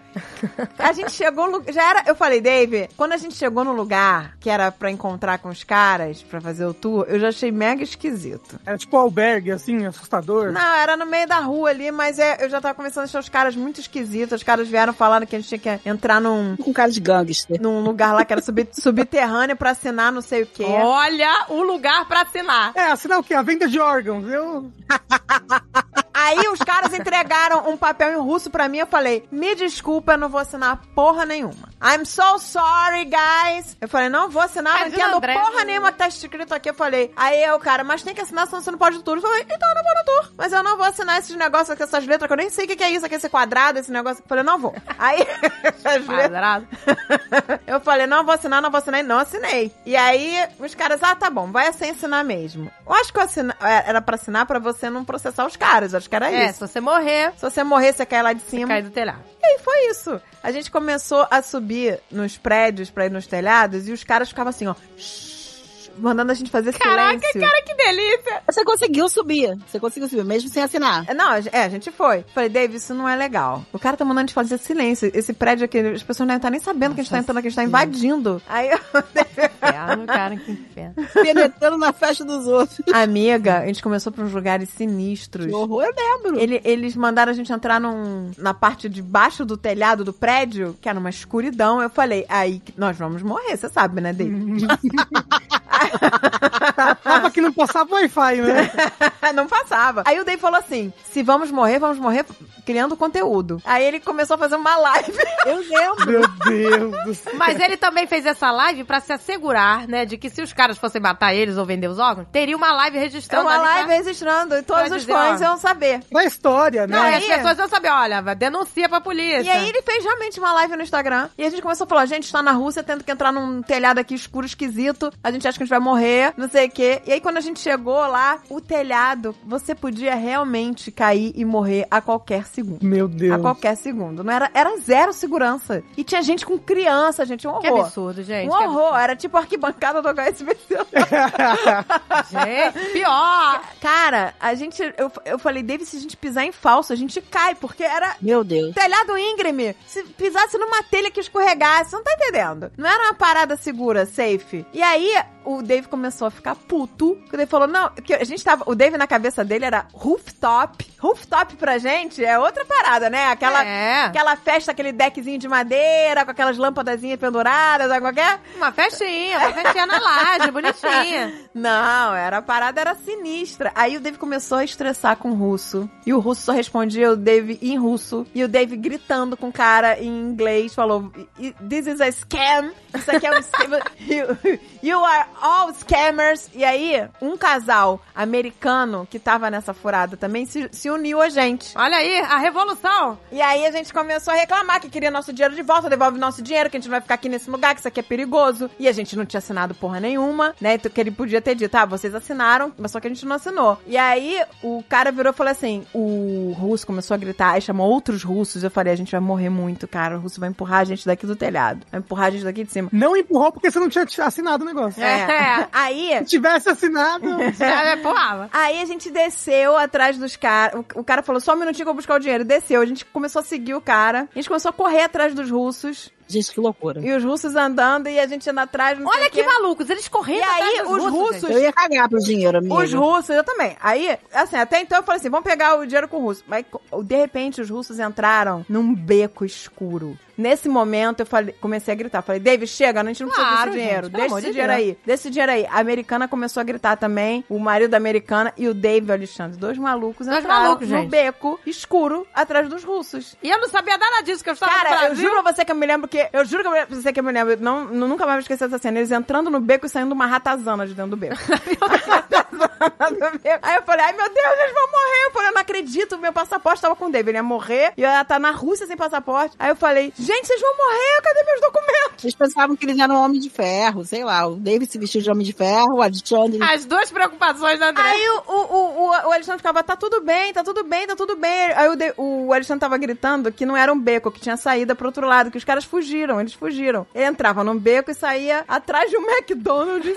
Speaker 2: a gente chegou no lu- já era, eu falei, Dave, quando a gente chegou no lugar que era pra encontrar com os caras, pra fazer o tour, eu já achei mega esquisito.
Speaker 3: Era tipo albergue, assim, assustador.
Speaker 2: Não, era no meio da rua ali, mas é, eu já tava começando a achar os caras muito esquisitos. Os caras vieram falando que a gente tinha que entrar num,
Speaker 4: Com cara de gangster.
Speaker 2: num lugar lá que era sub- subterrâneo pra assinar não sei o quê.
Speaker 1: Olha o lugar pra assinar.
Speaker 3: É, assinar o quê? A venda de órgãos. Eu...
Speaker 2: Aí os caras entregaram um papel em russo pra mim. Eu falei, me desculpa, eu não vou assinar porra nenhuma. I'm so sorry, guys. Eu falei, não vou assinar, não
Speaker 1: Imagina
Speaker 2: entendo
Speaker 1: o André. né?
Speaker 2: porra nenhuma que tá escrito aqui. Eu falei, aí eu, cara, mas tem que assinar, senão você não pode no tour. Eu falei, então eu não vou no tour. Mas eu não vou assinar esses negócios aqui, essas letras, que eu nem sei o que que é isso aqui, esse quadrado, esse negócio. Eu falei, não vou. Aí, essas letras.
Speaker 1: Quadrado.
Speaker 2: Eu falei, não vou assinar, não vou assinar, e não assinei. E aí, os caras, ah, tá bom, vai sem assinar mesmo. Eu acho que eu assina... é, era pra assinar pra você não processar os caras, acho que era
Speaker 1: É,
Speaker 2: isso.
Speaker 1: se você morrer,
Speaker 2: Se você morrer, você cai lá de
Speaker 1: você
Speaker 2: cima.
Speaker 1: cai do telhado.
Speaker 2: E aí foi isso. A gente começou a subir nos prédios pra ir nos telhados e os caras ficavam assim, ó. shhh, Mandando a gente fazer
Speaker 1: Caraca,
Speaker 2: silêncio.
Speaker 1: cara, que delícia.
Speaker 4: Você conseguiu subir. Você conseguiu subir, mesmo sem assinar.
Speaker 2: Não, é, a gente foi. Falei, Dave, isso não é legal. O cara tá mandando a gente fazer silêncio. Esse prédio aqui, as pessoas não estão nem sabendo que a gente tá entrando aqui, a gente tá invadindo. Aí eu
Speaker 1: Inferno, cara, que inferno.
Speaker 4: Penetrando na festa dos outros.
Speaker 2: Amiga, a gente começou pra uns lugares sinistros.
Speaker 4: Que horror, eu lembro.
Speaker 2: Ele- eles mandaram a gente entrar num, na parte de baixo do telhado do prédio, que era uma escuridão. Eu falei, aí que nós vamos morrer, você sabe, né, Dave?
Speaker 3: Tava que não passava Wi-Fi, né?
Speaker 2: Não passava. Aí o Dave falou assim: se vamos morrer, vamos morrer criando conteúdo. Aí ele começou a fazer uma live.
Speaker 4: Eu lembro.
Speaker 3: Meu Deus do céu.
Speaker 1: Mas ele também fez essa live pra se assegurar, né, de que se os caras fossem matar eles ou vender os órgãos, teria uma live registrando
Speaker 2: É uma
Speaker 1: ali, tá?
Speaker 2: live registrando e todos
Speaker 1: Pra
Speaker 2: os
Speaker 1: dizer,
Speaker 2: fãs
Speaker 1: ó.
Speaker 2: iam saber.
Speaker 3: Da história, né?
Speaker 1: Não,
Speaker 2: Não,
Speaker 1: e as
Speaker 2: aí-
Speaker 1: pessoas vão saber, olha, vai, denuncia pra polícia.
Speaker 2: E aí ele fez realmente uma live no Instagram. E a gente começou a falar, gente, tá na Rússia, tendo que entrar num telhado aqui escuro, esquisito. A gente acha que a gente vai morrer, não sei o quê. E aí quando a gente chegou lá, o telhado, você podia realmente cair e morrer a qualquer segundo.
Speaker 3: Meu
Speaker 2: A
Speaker 3: Deus.
Speaker 2: qualquer segundo. Não era, era zero segurança. E tinha gente com criança, gente. Um
Speaker 1: Que
Speaker 2: horror.
Speaker 1: absurdo, gente.
Speaker 2: um horror. Era tipo a arquibancada do HSBC.
Speaker 1: Que absurdo. Gente, pior.
Speaker 2: Cara, a gente. Eu, eu falei, David, se a gente pisar em falso, a gente cai, porque era
Speaker 4: Meu Deus.
Speaker 2: Telhado íngreme. Se pisasse numa telha que escorregasse, não tá entendendo. Não era uma parada segura, safe. E aí, o Dave começou a ficar puto. Porque ele falou, não, que a gente tava. O Dave na cabeça dele era rooftop. Rooftop pra gente é outra parada, né? Aquela,
Speaker 1: É.
Speaker 2: aquela festa, aquele deckzinho de madeira, com aquelas lâmpadazinhas penduradas, sabe qual que é?
Speaker 1: Uma festinha, uma festinha na laje, bonitinha.
Speaker 2: Não, era a parada era sinistra. Aí o Dave começou a estressar com o russo. E o russo só respondia o Dave em russo. E o Dave gritando com o cara em inglês, falou: "I- This is a scam. Isso aqui é um scam. You, you are all scammers. E aí, um casal americano que tava nessa furada também se, se uniu a gente.
Speaker 1: Olha aí, a revolução.
Speaker 2: E aí a gente começou a reclamar que queria nosso dinheiro de volta, devolve nosso dinheiro, que a gente não vai ficar aqui nesse lugar, que isso aqui é perigoso. E a gente não tinha assinado porra nenhuma, né? Então, Que ele podia ter dito, ah, vocês assinaram, mas só que a gente não assinou. E aí o cara virou e falou assim: o russo começou a gritar, aí chamou outros russos. Eu falei, a gente vai morrer muito, cara. O russo vai empurrar a gente daqui do telhado, vai empurrar a gente daqui de cima.
Speaker 3: Não empurrou porque você não tinha assinado o negócio.
Speaker 1: É.
Speaker 2: Aí
Speaker 3: Se tivesse assinado,
Speaker 1: É, porra.
Speaker 2: Aí a gente desceu atrás dos caras. O, o cara falou só um minutinho que eu vou buscar o dinheiro. Desceu. A gente começou a seguir o cara. A gente começou a correr atrás dos russos.
Speaker 4: Gente, que loucura.
Speaker 2: E os russos andando e a gente andando atrás. Não sei
Speaker 1: Olha
Speaker 2: o
Speaker 1: que
Speaker 2: quê.
Speaker 1: malucos, eles correndo
Speaker 2: É. E aí,
Speaker 1: atrás dos
Speaker 2: os russos.
Speaker 1: gente.
Speaker 4: Eu ia cagar pro dinheiro, amigo.
Speaker 2: Os russos, eu também. Aí, assim, até então eu falei assim: vamos pegar o dinheiro com o russo. Mas co- de repente os russos entraram num beco escuro. Nesse momento eu falei, comecei a gritar. Falei, David, chega, a gente não precisa
Speaker 1: Claro,
Speaker 2: desse dinheiro.
Speaker 1: gente, pelo
Speaker 2: Deixa
Speaker 1: amor
Speaker 2: esse
Speaker 1: de
Speaker 2: dinheiro
Speaker 1: Deus.
Speaker 2: aí. Deixa esse dinheiro aí. A americana começou a gritar também, o marido da americana e o David Alexandre. Dois malucos
Speaker 1: Dois
Speaker 2: entraram
Speaker 1: malucos,
Speaker 2: num
Speaker 1: gente.
Speaker 2: beco escuro atrás dos russos.
Speaker 1: E eu não sabia nada disso, que eu estava no
Speaker 2: Cara, eu
Speaker 1: Brasil.
Speaker 2: juro pra você que eu me lembro que. Eu juro que eu me- pra você que eu me lembro. eu Não, nu- nunca mais vou esquecer essa cena. Eles entrando no beco e saindo uma ratazana de dentro do beco. Ratazana do beco. Aí eu falei, ai meu Deus, eles vão morrer. Eu falei, eu não acredito. Meu passaporte tava com o David. Ele ia morrer. E ela tá na Rússia sem passaporte. Aí eu falei, gente, vocês vão morrer. Cadê meus documentos?
Speaker 4: Eles pensavam que eles eram homem de ferro, sei lá. O David se vestiu de homem de ferro, o Alexandre.
Speaker 3: Ah.
Speaker 1: As duas preocupações da André.
Speaker 2: Aí o, o, o, o- o Alexandre ficava, tá tudo bem, tá tudo bem, tá tudo bem. Aí o, de- o Alexandre tava gritando que não era um beco, que tinha saída pro outro lado, que os caras fugiram, eles fugiram. Ele entrava num beco e saía atrás de um McDonald's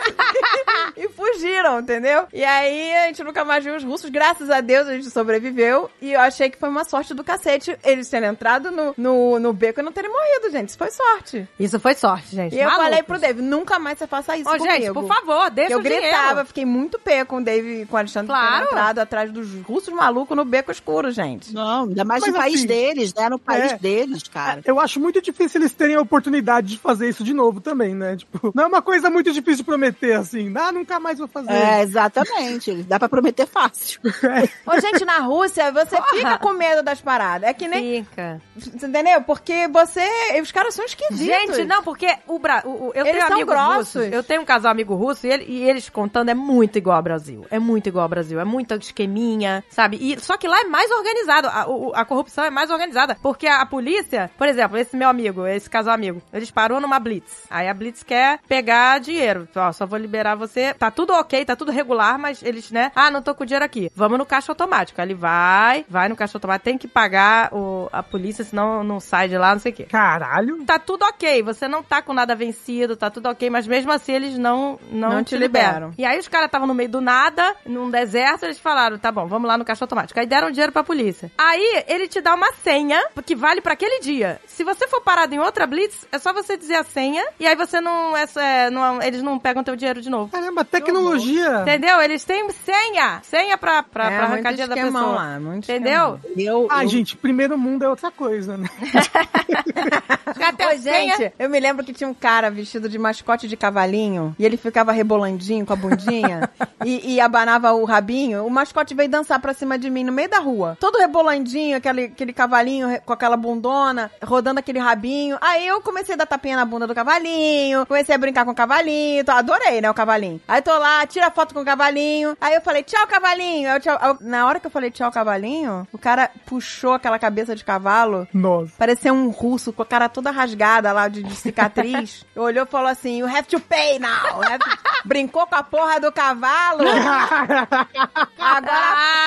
Speaker 2: e fugiram, entendeu? E aí a gente nunca mais viu os russos, graças a Deus a gente sobreviveu. E eu achei que foi uma sorte do cacete eles terem entrado no, no, no beco e não terem morrido, gente. Isso foi sorte.
Speaker 1: Isso foi sorte, gente.
Speaker 2: E eu
Speaker 1: Malucos.
Speaker 2: falei pro David, nunca mais você faça isso
Speaker 1: Ô,
Speaker 2: comigo.
Speaker 1: gente, por favor, deixa
Speaker 2: Eu
Speaker 1: o dinheiro.
Speaker 2: gritava, fiquei muito pé com o Dave e com o Alexandre
Speaker 1: Claro.
Speaker 2: é claro. entrado atrás dos russos malucos no beco escuro, gente.
Speaker 4: Não, ainda mais
Speaker 3: Mas
Speaker 4: no país
Speaker 3: assim,
Speaker 4: deles, né? No país
Speaker 3: é.
Speaker 4: deles, cara.
Speaker 3: eu acho muito difícil eles terem a oportunidade de fazer isso de novo também, né? Tipo, não é uma coisa muito difícil de prometer, assim. Ah, nunca mais vou fazer.
Speaker 4: É, exatamente. Dá pra prometer fácil.
Speaker 2: Ô, gente, na Rússia, você fica com medo das paradas. É que nem.
Speaker 1: Fica.
Speaker 2: Você entendeu? Porque você. Os caras são esquisitos.
Speaker 1: Gente, não, porque o, Bra... o, o- eu
Speaker 2: Eles
Speaker 1: tenho
Speaker 2: são
Speaker 1: amigos
Speaker 2: grossos.
Speaker 1: russos. Eu tenho um casal amigo russo e, ele- e eles contando é muito igual ao Brasil. É muito igual ao Brasil. É muita esqueminha, sabe? E, só que lá é mais organizado. A, o- a corrupção é mais organizada. Porque a, a polícia, por exemplo, esse meu amigo, esse casal amigo, eles parou numa blitz. Aí a blitz quer pegar dinheiro. Ó, só vou liberar você. Tá tudo ok, tá tudo regular, mas eles, né? Ah, não tô com dinheiro aqui. Vamos no caixa automático. Aí Ele vai, vai no caixa automático. Tem que pagar o- a polícia, senão não sai de lá, não sei o quê
Speaker 3: Caralho.
Speaker 1: tá tudo ok, você não tá com nada vencido, tá tudo ok, mas mesmo assim eles não não,
Speaker 2: Não
Speaker 1: te
Speaker 2: te
Speaker 1: liberam.
Speaker 2: liberam.
Speaker 1: E aí os caras estavam no meio do nada, num deserto, eles falaram, tá bom, vamos lá no caixa automático. Aí deram dinheiro pra polícia. Aí ele te dá uma senha que vale pra aquele dia. Se você for parado em outra blitz, é só você dizer a senha e aí você não é, é, não- eles não pegam teu dinheiro de novo.
Speaker 3: Caramba, tecnologia.
Speaker 1: Entendeu? Eles têm senha, senha pra, pra,
Speaker 2: É,
Speaker 1: pra
Speaker 2: muito
Speaker 1: arrancar dinheiro da
Speaker 2: esquemão
Speaker 1: pessoa.
Speaker 2: lá, muito
Speaker 1: Entendeu?
Speaker 4: Eu,
Speaker 3: Ah,
Speaker 4: eu-
Speaker 3: gente, primeiro mundo é outra coisa, né?
Speaker 1: Até
Speaker 2: Ô,
Speaker 1: a senha.
Speaker 2: gente, eu me lembro que tinha um cara vestido de mascote de cavalinho e ele ficava rebolandinho com a bundinha e, e abanava o rabinho. O mascote veio dançar pra cima de mim no meio da rua. Todo rebolandinho, aquele, aquele cavalinho re- com aquela bundona, rodando aquele rabinho. Aí eu comecei a dar tapinha na bunda do cavalinho, comecei a brincar com o cavalinho. Tô- Adorei, né, o cavalinho. Aí tô lá, tira foto com o cavalinho. Aí eu falei, tchau, cavalinho. Aí eu, tchau- aí eu- na hora que eu falei tchau, cavalinho, o cara puxou aquela cabeça de cavalo
Speaker 3: Nossa.
Speaker 2: Parecia um russo com a cara toda rasgada lá de, de cicatriz. Olhou e falou assim: You have to pay now. You have to-" Brincou com a porra do cavalo. Agora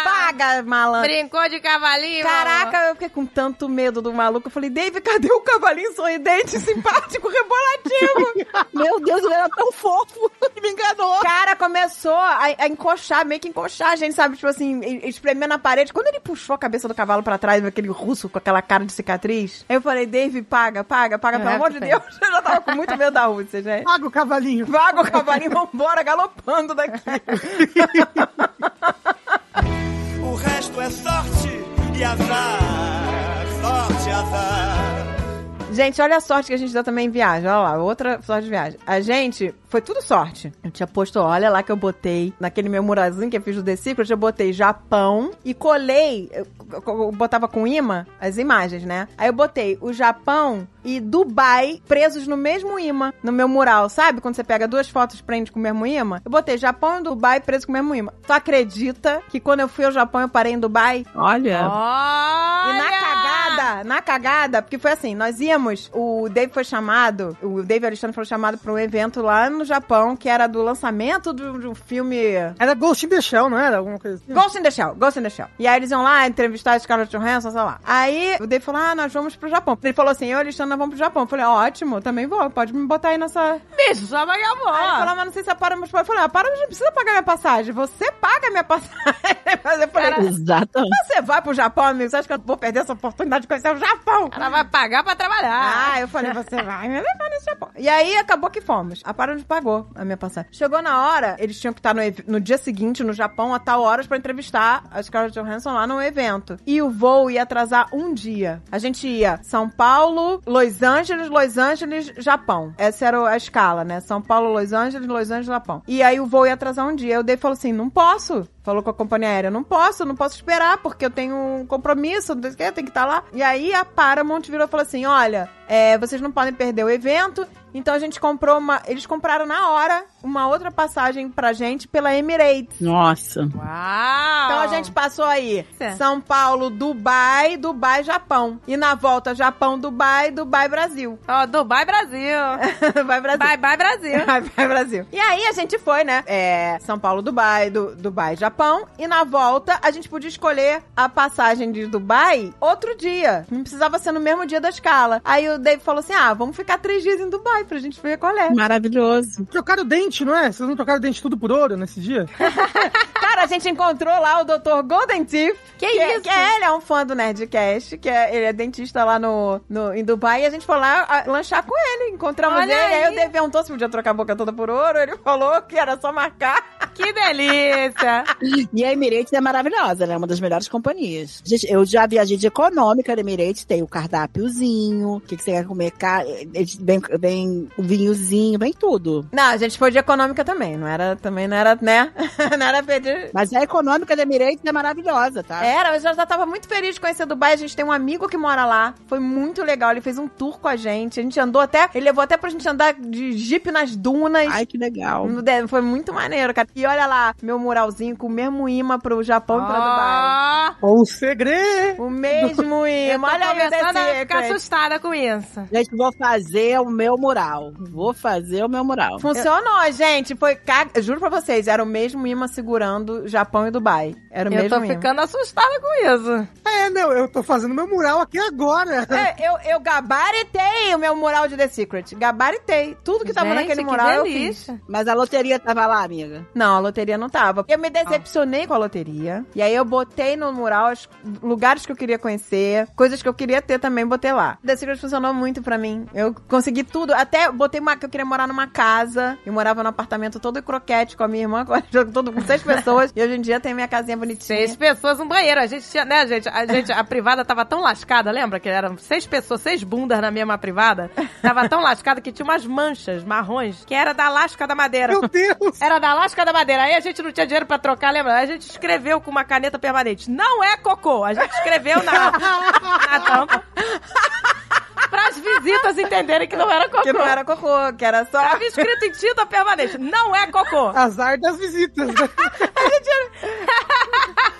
Speaker 2: paga, malandro.
Speaker 1: Brincou de cavalinho.
Speaker 2: Caraca, eu fiquei com tanto medo do maluco. Eu falei, Dave, cadê o cavalinho sorridente, simpático, reboladinho?
Speaker 4: Meu Deus, ele era tão fofo. Ele me enganou.
Speaker 2: cara começou a, a encoxar, meio que encoxar, a gente sabe, tipo assim, e- espremendo na parede. Quando ele puxou a cabeça do cavalo pra trás, aquele russo com aquela cara de cicatriz, eu falei, Dave, paga, paga, paga,
Speaker 1: Eu
Speaker 2: pelo amor
Speaker 1: resto
Speaker 2: de
Speaker 1: tem.
Speaker 2: Deus. Eu já tava com muito medo da Rússia, gente.
Speaker 3: Paga o cavalinho.
Speaker 2: Vaga o cavalinho, Vambora galopando daqui.
Speaker 7: O resto é sorte e azar, sorte, azar.
Speaker 2: Gente, olha a sorte que a gente dá também em viagem. Olha lá, outra sorte de viagem. A gente, foi tudo sorte. Eu tinha posto, olha lá que eu botei, naquele meu muralzinho que eu fiz do The Secret, eu botei Japão e colei, eu, eu- eu botava com imã as imagens, né? Aí eu botei o Japão e Dubai presos no mesmo imã, no meu mural, sabe? Quando você pega duas fotos e prende com o mesmo imã. Eu botei Japão e Dubai presos com o mesmo imã. Tu acredita que quando eu fui ao Japão eu parei em Dubai?
Speaker 4: Olha.
Speaker 1: Olha!
Speaker 2: E na cagada, na cagada, porque foi assim, nós íamos, o Dave foi chamado, o Dave Alexandre foi chamado pra um evento lá no Japão, que era do lançamento do- de um filme
Speaker 3: Era Ghost in the Shell, não era? Alguma coisa assim.
Speaker 2: Ghost in the Shell, Ghost in the Shell. E aí eles iam lá entrevistar a Scarlett Johansson, sei lá. Aí o Dave falou, ah, nós vamos pro Japão. Ele falou assim, eu e Alexandre, nós vamos pro Japão. Eu falei, ótimo, também vou, pode me botar aí nessa...
Speaker 1: Bicho, só vai
Speaker 2: Aí ele
Speaker 1: amor.
Speaker 2: falou, mas não sei se é para... Eu falei, ah, para, mas não precisa pagar minha passagem, você paga minha passagem. Mas eu falei,
Speaker 4: Exatamente.
Speaker 2: você vai pro Japão, amigo, você acha que eu vou perder essa oportunidade de conhecer o Japão?
Speaker 1: Ela vai pagar pra trabalhar.
Speaker 2: Ah, eu falei, você vai me levar nesse Japão. E aí acabou que fomos. A Para nos pagou a minha passagem. Chegou na hora, eles tinham que estar no, ev- no dia seguinte, no Japão, a tal horas, pra entrevistar a Scarlett Johansson lá no evento. E o voo ia atrasar um dia. A gente ia São Paulo, Los Angeles, Los Angeles, Japão. Essa era a escala, né? São Paulo, Los Angeles, Los Angeles, Japão. E aí o voo ia atrasar um dia. Eu dei falou assim: não posso. Falou com a companhia aérea, não posso, não posso esperar, porque eu tenho um compromisso, não sei o quê, eu tenho que estar lá. E aí a Paramount virou e falou assim: olha, é, vocês não podem perder o evento, então a gente comprou uma. Eles compraram na hora uma outra passagem pra gente pela Emirates.
Speaker 4: Nossa.
Speaker 1: Uau!
Speaker 2: Então a gente passou aí
Speaker 1: Ah. Certo.
Speaker 2: São Paulo, Dubai, Dubai, Japão. E na volta, Japão, Dubai, Dubai, Brasil.
Speaker 1: Ó, Dubai, Brasil.
Speaker 2: Vai, Brasil.
Speaker 1: Bye, bye, Brasil.
Speaker 2: Vai, vai, Brasil. E aí a gente foi, né? É, São Paulo, Dubai, Du- Dubai, Japão. E na volta a gente podia escolher a passagem de Dubai outro dia. Não precisava ser no mesmo dia da escala. Aí o Dave falou assim: ah, vamos ficar três dias em Dubai pra gente ver qual é.
Speaker 4: Maravilhoso.
Speaker 3: Trocaram o dente, não é? Vocês não trocaram o dente tudo por ouro nesse dia?
Speaker 2: Cara, a gente encontrou lá o Dr. Golden Teeth.
Speaker 1: Que
Speaker 2: é-
Speaker 1: isso?
Speaker 2: que é- ele é um fã do Nerdcast, que é, ele é dentista lá no, no- em Dubai, e a gente foi lá a- lanchar com ele, encontramos
Speaker 1: Olha
Speaker 2: ele,
Speaker 1: aí.
Speaker 2: aí, eu devia um se podia trocar a boca toda por ouro, ele falou que era só marcar.
Speaker 1: Que delícia.
Speaker 4: E a Emirates é maravilhosa, né? Uma das melhores companhias. Gente, eu já viajei de econômica na Emirates, tem o cardápiozinho, o que, que você quer comer, ca- eh, eles- vem, vem o um vinhozinho, vem tudo.
Speaker 2: Não, a gente foi de econômica também, não era, também não era, né, não era pedir...
Speaker 4: Mas a econômica da Emirates é maravilhosa, tá?
Speaker 2: Era, mas eu já tava muito feliz de conhecer Dubai. A gente tem um amigo que mora lá. Foi muito legal. Ele fez um tour com a gente. A gente andou até. Ele levou até pra gente andar de jipe nas dunas.
Speaker 4: Ai, que legal.
Speaker 2: No de- Foi muito maneiro, cara. E olha lá, meu muralzinho com o mesmo imã pro Japão e pra
Speaker 1: Ah,
Speaker 2: Dubai.
Speaker 1: Ó,
Speaker 3: O segredo!
Speaker 2: O mesmo
Speaker 1: Eu tô
Speaker 2: imã. Olha é aí,
Speaker 1: começando a ficar
Speaker 2: desse
Speaker 1: assustada com isso.
Speaker 4: Gente, vou fazer o meu mural. Vou fazer o meu mural.
Speaker 2: Funcionou, gente. Foi ca- eu Juro pra vocês, era o mesmo imã segurando Japão e Dubai. Era o
Speaker 1: Eu
Speaker 2: mesmo
Speaker 1: tô
Speaker 2: imã.
Speaker 1: ficando assustada com isso.
Speaker 3: É, não, eu tô fazendo meu mural aqui agora.
Speaker 2: É, eu, eu gabaritei o meu mural de The Secret. Gabaritei. Tudo que tava
Speaker 1: Gente,
Speaker 2: naquele
Speaker 1: que
Speaker 2: mural eu fiz.
Speaker 1: delícia.
Speaker 4: Mas a loteria tava lá, amiga.
Speaker 2: Não, a loteria não tava. Eu me decepcionei com a loteria. E aí eu botei no mural os lugares que eu queria conhecer, coisas que eu queria ter também, botei lá. The Secret funcionou muito pra mim. Eu consegui tudo. Até botei uma que eu queria morar numa casa. Eu morava num apartamento todo croquete com a minha irmã, com, todo, com seis pessoas. e hoje em dia tem minha casinha bonitinha.
Speaker 1: Seis pessoas no banheiro. A gente tinha, né, gente? A gente, a privada tava tão lascada, lembra? Que eram seis pessoas, seis bundas na mesma privada. Tava tão lascada que tinha umas manchas marrons, que era da lasca da madeira.
Speaker 3: Meu Deus!
Speaker 1: Era da lasca da madeira. Aí a gente não tinha dinheiro pra trocar, lembra? Aí A gente escreveu com uma caneta permanente. Não é cocô. A gente escreveu na, na tampa. Pras visitas entenderem que não era cocô.
Speaker 2: Que não era cocô, que era só.
Speaker 1: Tava escrito em tinta permanente. Não é cocô.
Speaker 3: Azar das visitas, né?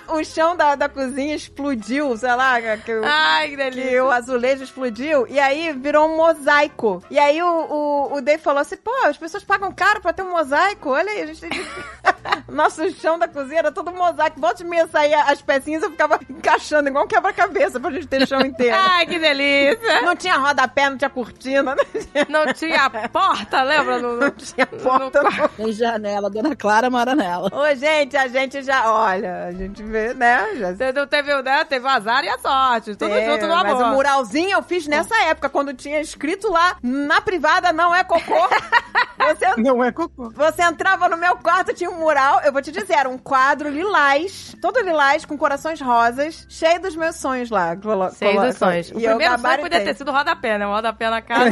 Speaker 2: O chão da, da cozinha explodiu, sei lá, que eu-
Speaker 1: Ai, que
Speaker 2: que
Speaker 1: delícia.
Speaker 2: o azulejo explodiu e aí virou um mosaico. E aí o, o, o Dave falou assim: pô, as pessoas pagam caro pra ter um mosaico. Olha aí, a gente. Nosso chão da cozinha era todo mosaico. Volta de meia saía as pecinhas eu ficava encaixando igual um quebra-cabeça pra gente ter chão inteiro.
Speaker 1: Ai, que delícia.
Speaker 2: Não tinha rodapé, não tinha cortina, né, não tinha
Speaker 1: Não tinha porta, lembra? Não, não tinha
Speaker 2: porta. não.
Speaker 4: Tem janela, Dona Clara mora nela.
Speaker 2: Ô, gente, a gente já. Olha, a gente vê, né? Já
Speaker 1: Você não teve, né? Teve o azar e a sorte. Tudo
Speaker 2: É,
Speaker 1: junto no
Speaker 2: Mas o
Speaker 1: amor.
Speaker 2: muralzinho eu fiz nessa época, quando tinha escrito lá, na privada não é cocô. Você,
Speaker 3: Não é cocô.
Speaker 2: você entrava no meu quarto, tinha um mural, eu vou te dizer, era um quadro lilás, todo lilás, com corações rosas, cheio dos meus sonhos lá. colo-
Speaker 1: Seis
Speaker 2: colo-
Speaker 1: dos sonhos. O
Speaker 2: E eu
Speaker 1: primeiro sonho
Speaker 2: gabaritei. É,
Speaker 1: podia ter sido rodapé, né? Um rodapé na cara.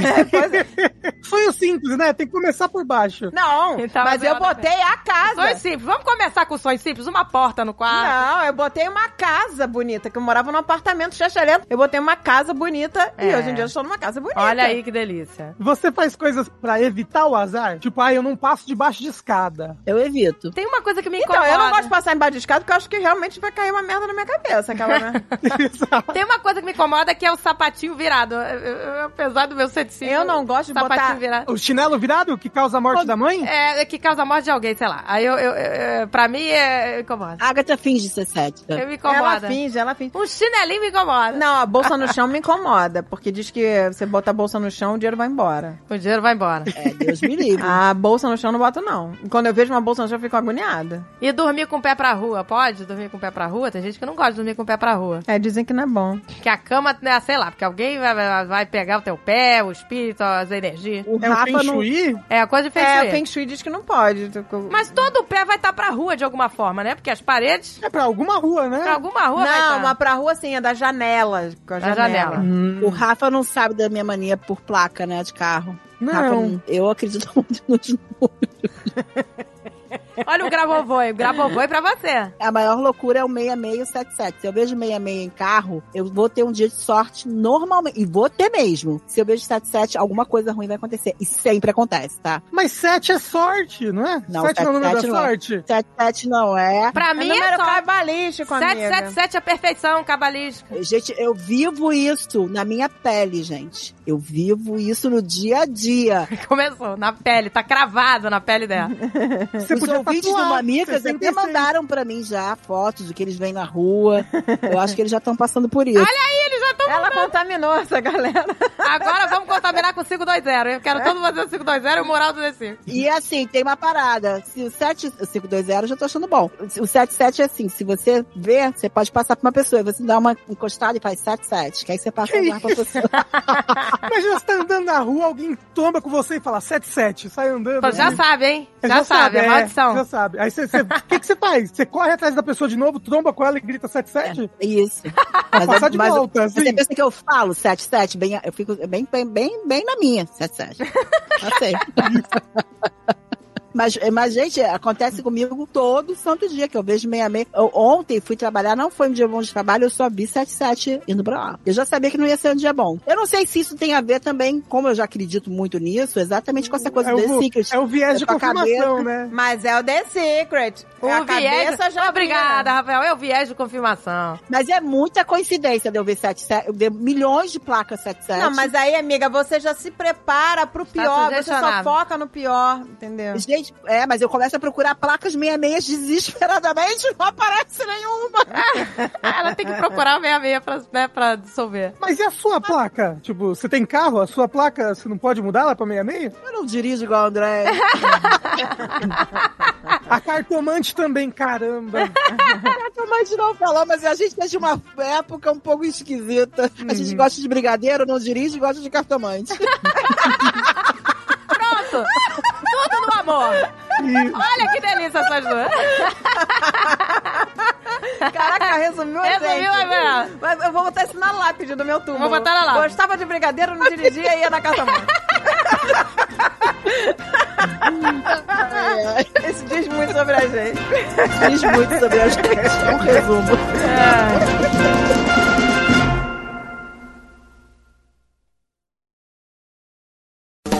Speaker 3: Foi o simples, né? Tem que começar por baixo.
Speaker 2: Não,
Speaker 1: Então,
Speaker 2: mas eu
Speaker 1: ela tá-
Speaker 2: botei a
Speaker 1: sonhos
Speaker 2: casa.
Speaker 1: simples. Vamos começar com sonhos simples. Uma porta no quarto.
Speaker 2: Não, eu botei uma casa bonita, que eu morava num apartamento chachalento. Eu botei uma casa bonita e
Speaker 1: É.
Speaker 2: hoje em dia eu estou numa casa bonita.
Speaker 1: Olha aí que delícia.
Speaker 3: Você faz coisas pra evitar o azar? Tipo, ah, eu não passo debaixo de escada.
Speaker 4: Eu evito.
Speaker 1: Tem uma coisa que me
Speaker 2: Então,
Speaker 1: incomoda.
Speaker 2: eu não gosto de passar embaixo de escada porque eu acho que realmente vai cair uma merda na minha cabeça, aquela né? merda.
Speaker 1: Tem uma coisa que me incomoda que é o sapatinho virado. Eu- eu- eu- apesar do meu ceticismo.
Speaker 2: Eu não gosto de
Speaker 1: sapatinho
Speaker 2: botar-
Speaker 1: virado.
Speaker 3: o chinelo virado que causa a morte da mãe?
Speaker 1: É, é que causa a morte de alguém, sei lá. Aí eu, eu, eu- pra mim, é, incomoda.
Speaker 4: A Agatha finge ser
Speaker 2: Ah,
Speaker 4: cética.
Speaker 1: Eu me
Speaker 2: ela
Speaker 1: incomoda.
Speaker 2: finge, ela finge.
Speaker 1: Um chinelinho me incomoda.
Speaker 2: Não, a bolsa no chão me incomoda, porque diz que você bota a bolsa no chão, o dinheiro vai embora.
Speaker 1: O dinheiro vai embora.
Speaker 4: É, Deus me livre.
Speaker 2: A bolsa no chão eu não boto, não. Quando eu vejo uma bolsa no chão, eu fico agoniada.
Speaker 1: E dormir com o pé pra rua, pode? Dormir com o pé pra rua? Tem gente que não gosta de dormir com o pé pra rua.
Speaker 2: É, dizem que não é bom.
Speaker 1: Que a cama, né, sei lá, porque alguém vai- vai, vai pegar o teu pé, o espírito, as energias.
Speaker 4: o
Speaker 3: É o
Speaker 4: Rafa
Speaker 3: Feng
Speaker 4: não...
Speaker 3: Shui?
Speaker 1: É, a coisa de feng
Speaker 2: É,
Speaker 1: shui.
Speaker 2: o Feng Shui diz que não pode.
Speaker 1: Mas todo pé vai estar pra rua de alguma forma, né? Porque as paredes,
Speaker 3: É pra alguma rua, né?
Speaker 1: pra alguma rua vai tá.
Speaker 2: Não,
Speaker 1: estar.
Speaker 2: mas pra rua sim, é da janela. Com a
Speaker 1: Da
Speaker 2: janela.
Speaker 1: janela.
Speaker 3: Hum.
Speaker 4: O Rafa não sabe da minha mania por placa, né, de carro.
Speaker 3: Não.
Speaker 4: Rafa eu acredito muito nos números.
Speaker 1: Olha o Grabovoi, o Grabovoi pra você.
Speaker 4: A maior loucura é o 6677. Se eu vejo 66 em carro, eu vou ter um dia de sorte normalmente. E vou ter mesmo. Se eu vejo 77, alguma coisa ruim vai acontecer. E sempre acontece, tá?
Speaker 3: Mas sete é sorte, não é?
Speaker 4: Não,
Speaker 3: sete não é o número da
Speaker 4: sete não é.
Speaker 3: sorte?
Speaker 4: 77 não é.
Speaker 1: Pra
Speaker 2: É
Speaker 1: mim é
Speaker 2: número
Speaker 1: só.
Speaker 2: cabalístico, amiga.
Speaker 1: 777 é a perfeição cabalística.
Speaker 4: Gente, eu vivo isso na minha pele, gente. Eu vivo isso no dia a dia.
Speaker 1: Começou, na pele, tá cravado na pele dela.
Speaker 3: Você
Speaker 4: Os ouvintes do Mamicas até
Speaker 3: 66.
Speaker 4: mandaram pra mim já fotos do que eles veem na rua. Eu acho que eles já estão passando por isso.
Speaker 2: Ela contaminou essa galera.
Speaker 1: Agora vamos contaminar com o 520. Eu quero todo mundo fazer o 520 e o moral do D5.
Speaker 4: E assim, tem uma parada. Se o 7, o 520 eu já tô achando bom. O 77 é assim, se você vê, você pode passar pra uma pessoa. E você dá uma encostada e faz 77, que aí você passa o ar pra pessoa.
Speaker 3: Imagina você tá andando na rua, alguém tomba com você e fala sete, sete. Sai andando.
Speaker 1: Já sabe, hein?
Speaker 3: É,
Speaker 1: Já, sabe, é maldição.
Speaker 3: Já sabe. Aí você. O que, que você faz? Você corre atrás da pessoa de novo, tromba com ela e grita 77?
Speaker 4: Isso. É. Mas, é
Speaker 3: Passar
Speaker 4: eu-
Speaker 3: de
Speaker 4: mas eu-
Speaker 3: volta, assim.
Speaker 4: você pensa que eu falo 77, bem, eu fico bem, bem, bem, bem na minha 77. Não sei. Mas, mas, gente, acontece comigo todo santo dia, que eu vejo 66. Eu, ontem fui trabalhar, não foi um dia bom de trabalho, eu só vi 77 indo pra lá. Eu já sabia que não ia ser um dia bom. Eu não sei se isso tem a ver também, como eu já acredito muito nisso, exatamente com essa coisa
Speaker 3: É
Speaker 4: do The
Speaker 3: o,
Speaker 4: Secret.
Speaker 3: é o viés
Speaker 4: É
Speaker 3: de
Speaker 4: tua
Speaker 3: confirmação, né?
Speaker 2: Mas é o The Secret. É
Speaker 1: O
Speaker 2: a
Speaker 1: viés.
Speaker 2: cabeça já
Speaker 1: Obrigada, Rafael. É o viés de confirmação.
Speaker 4: Mas é muita coincidência de eu ver 77, eu ver milhões de placas 77.
Speaker 2: Não, mas aí, amiga, você já se prepara pro pior, você só
Speaker 1: Tá sugestionado.
Speaker 2: foca no pior, entendeu?
Speaker 4: Gente, é, mas eu começo a procurar placas meia-meias desesperadamente, não aparece nenhuma.
Speaker 1: Ah, Ela tem que procurar o 66 pra, né, pra dissolver.
Speaker 3: Mas e a sua placa? Tipo, você tem carro? A sua placa, você não pode mudar ela pra meia-meia?
Speaker 4: Eu não dirijo igual o André.
Speaker 3: A cartomante também, caramba.
Speaker 4: Caraca, mas não falou, mas a gente é de uma época um pouco esquisita. A gente gosta de brigadeiro, não dirige, gosta de cartomante.
Speaker 1: Pronto! Tudo no amor! Olha que delícia essas duas.
Speaker 2: Caraca, resumiu a gente.
Speaker 1: Resumiu, é verdade.
Speaker 2: Mas eu vou botar isso na lápide do meu túmulo.
Speaker 1: Vou botar na lápide.
Speaker 2: Gostava de brigadeiro, não dirigia, ia na casa mãe. Isso diz muito sobre a gente.
Speaker 4: Diz muito sobre a gente. É um resumo.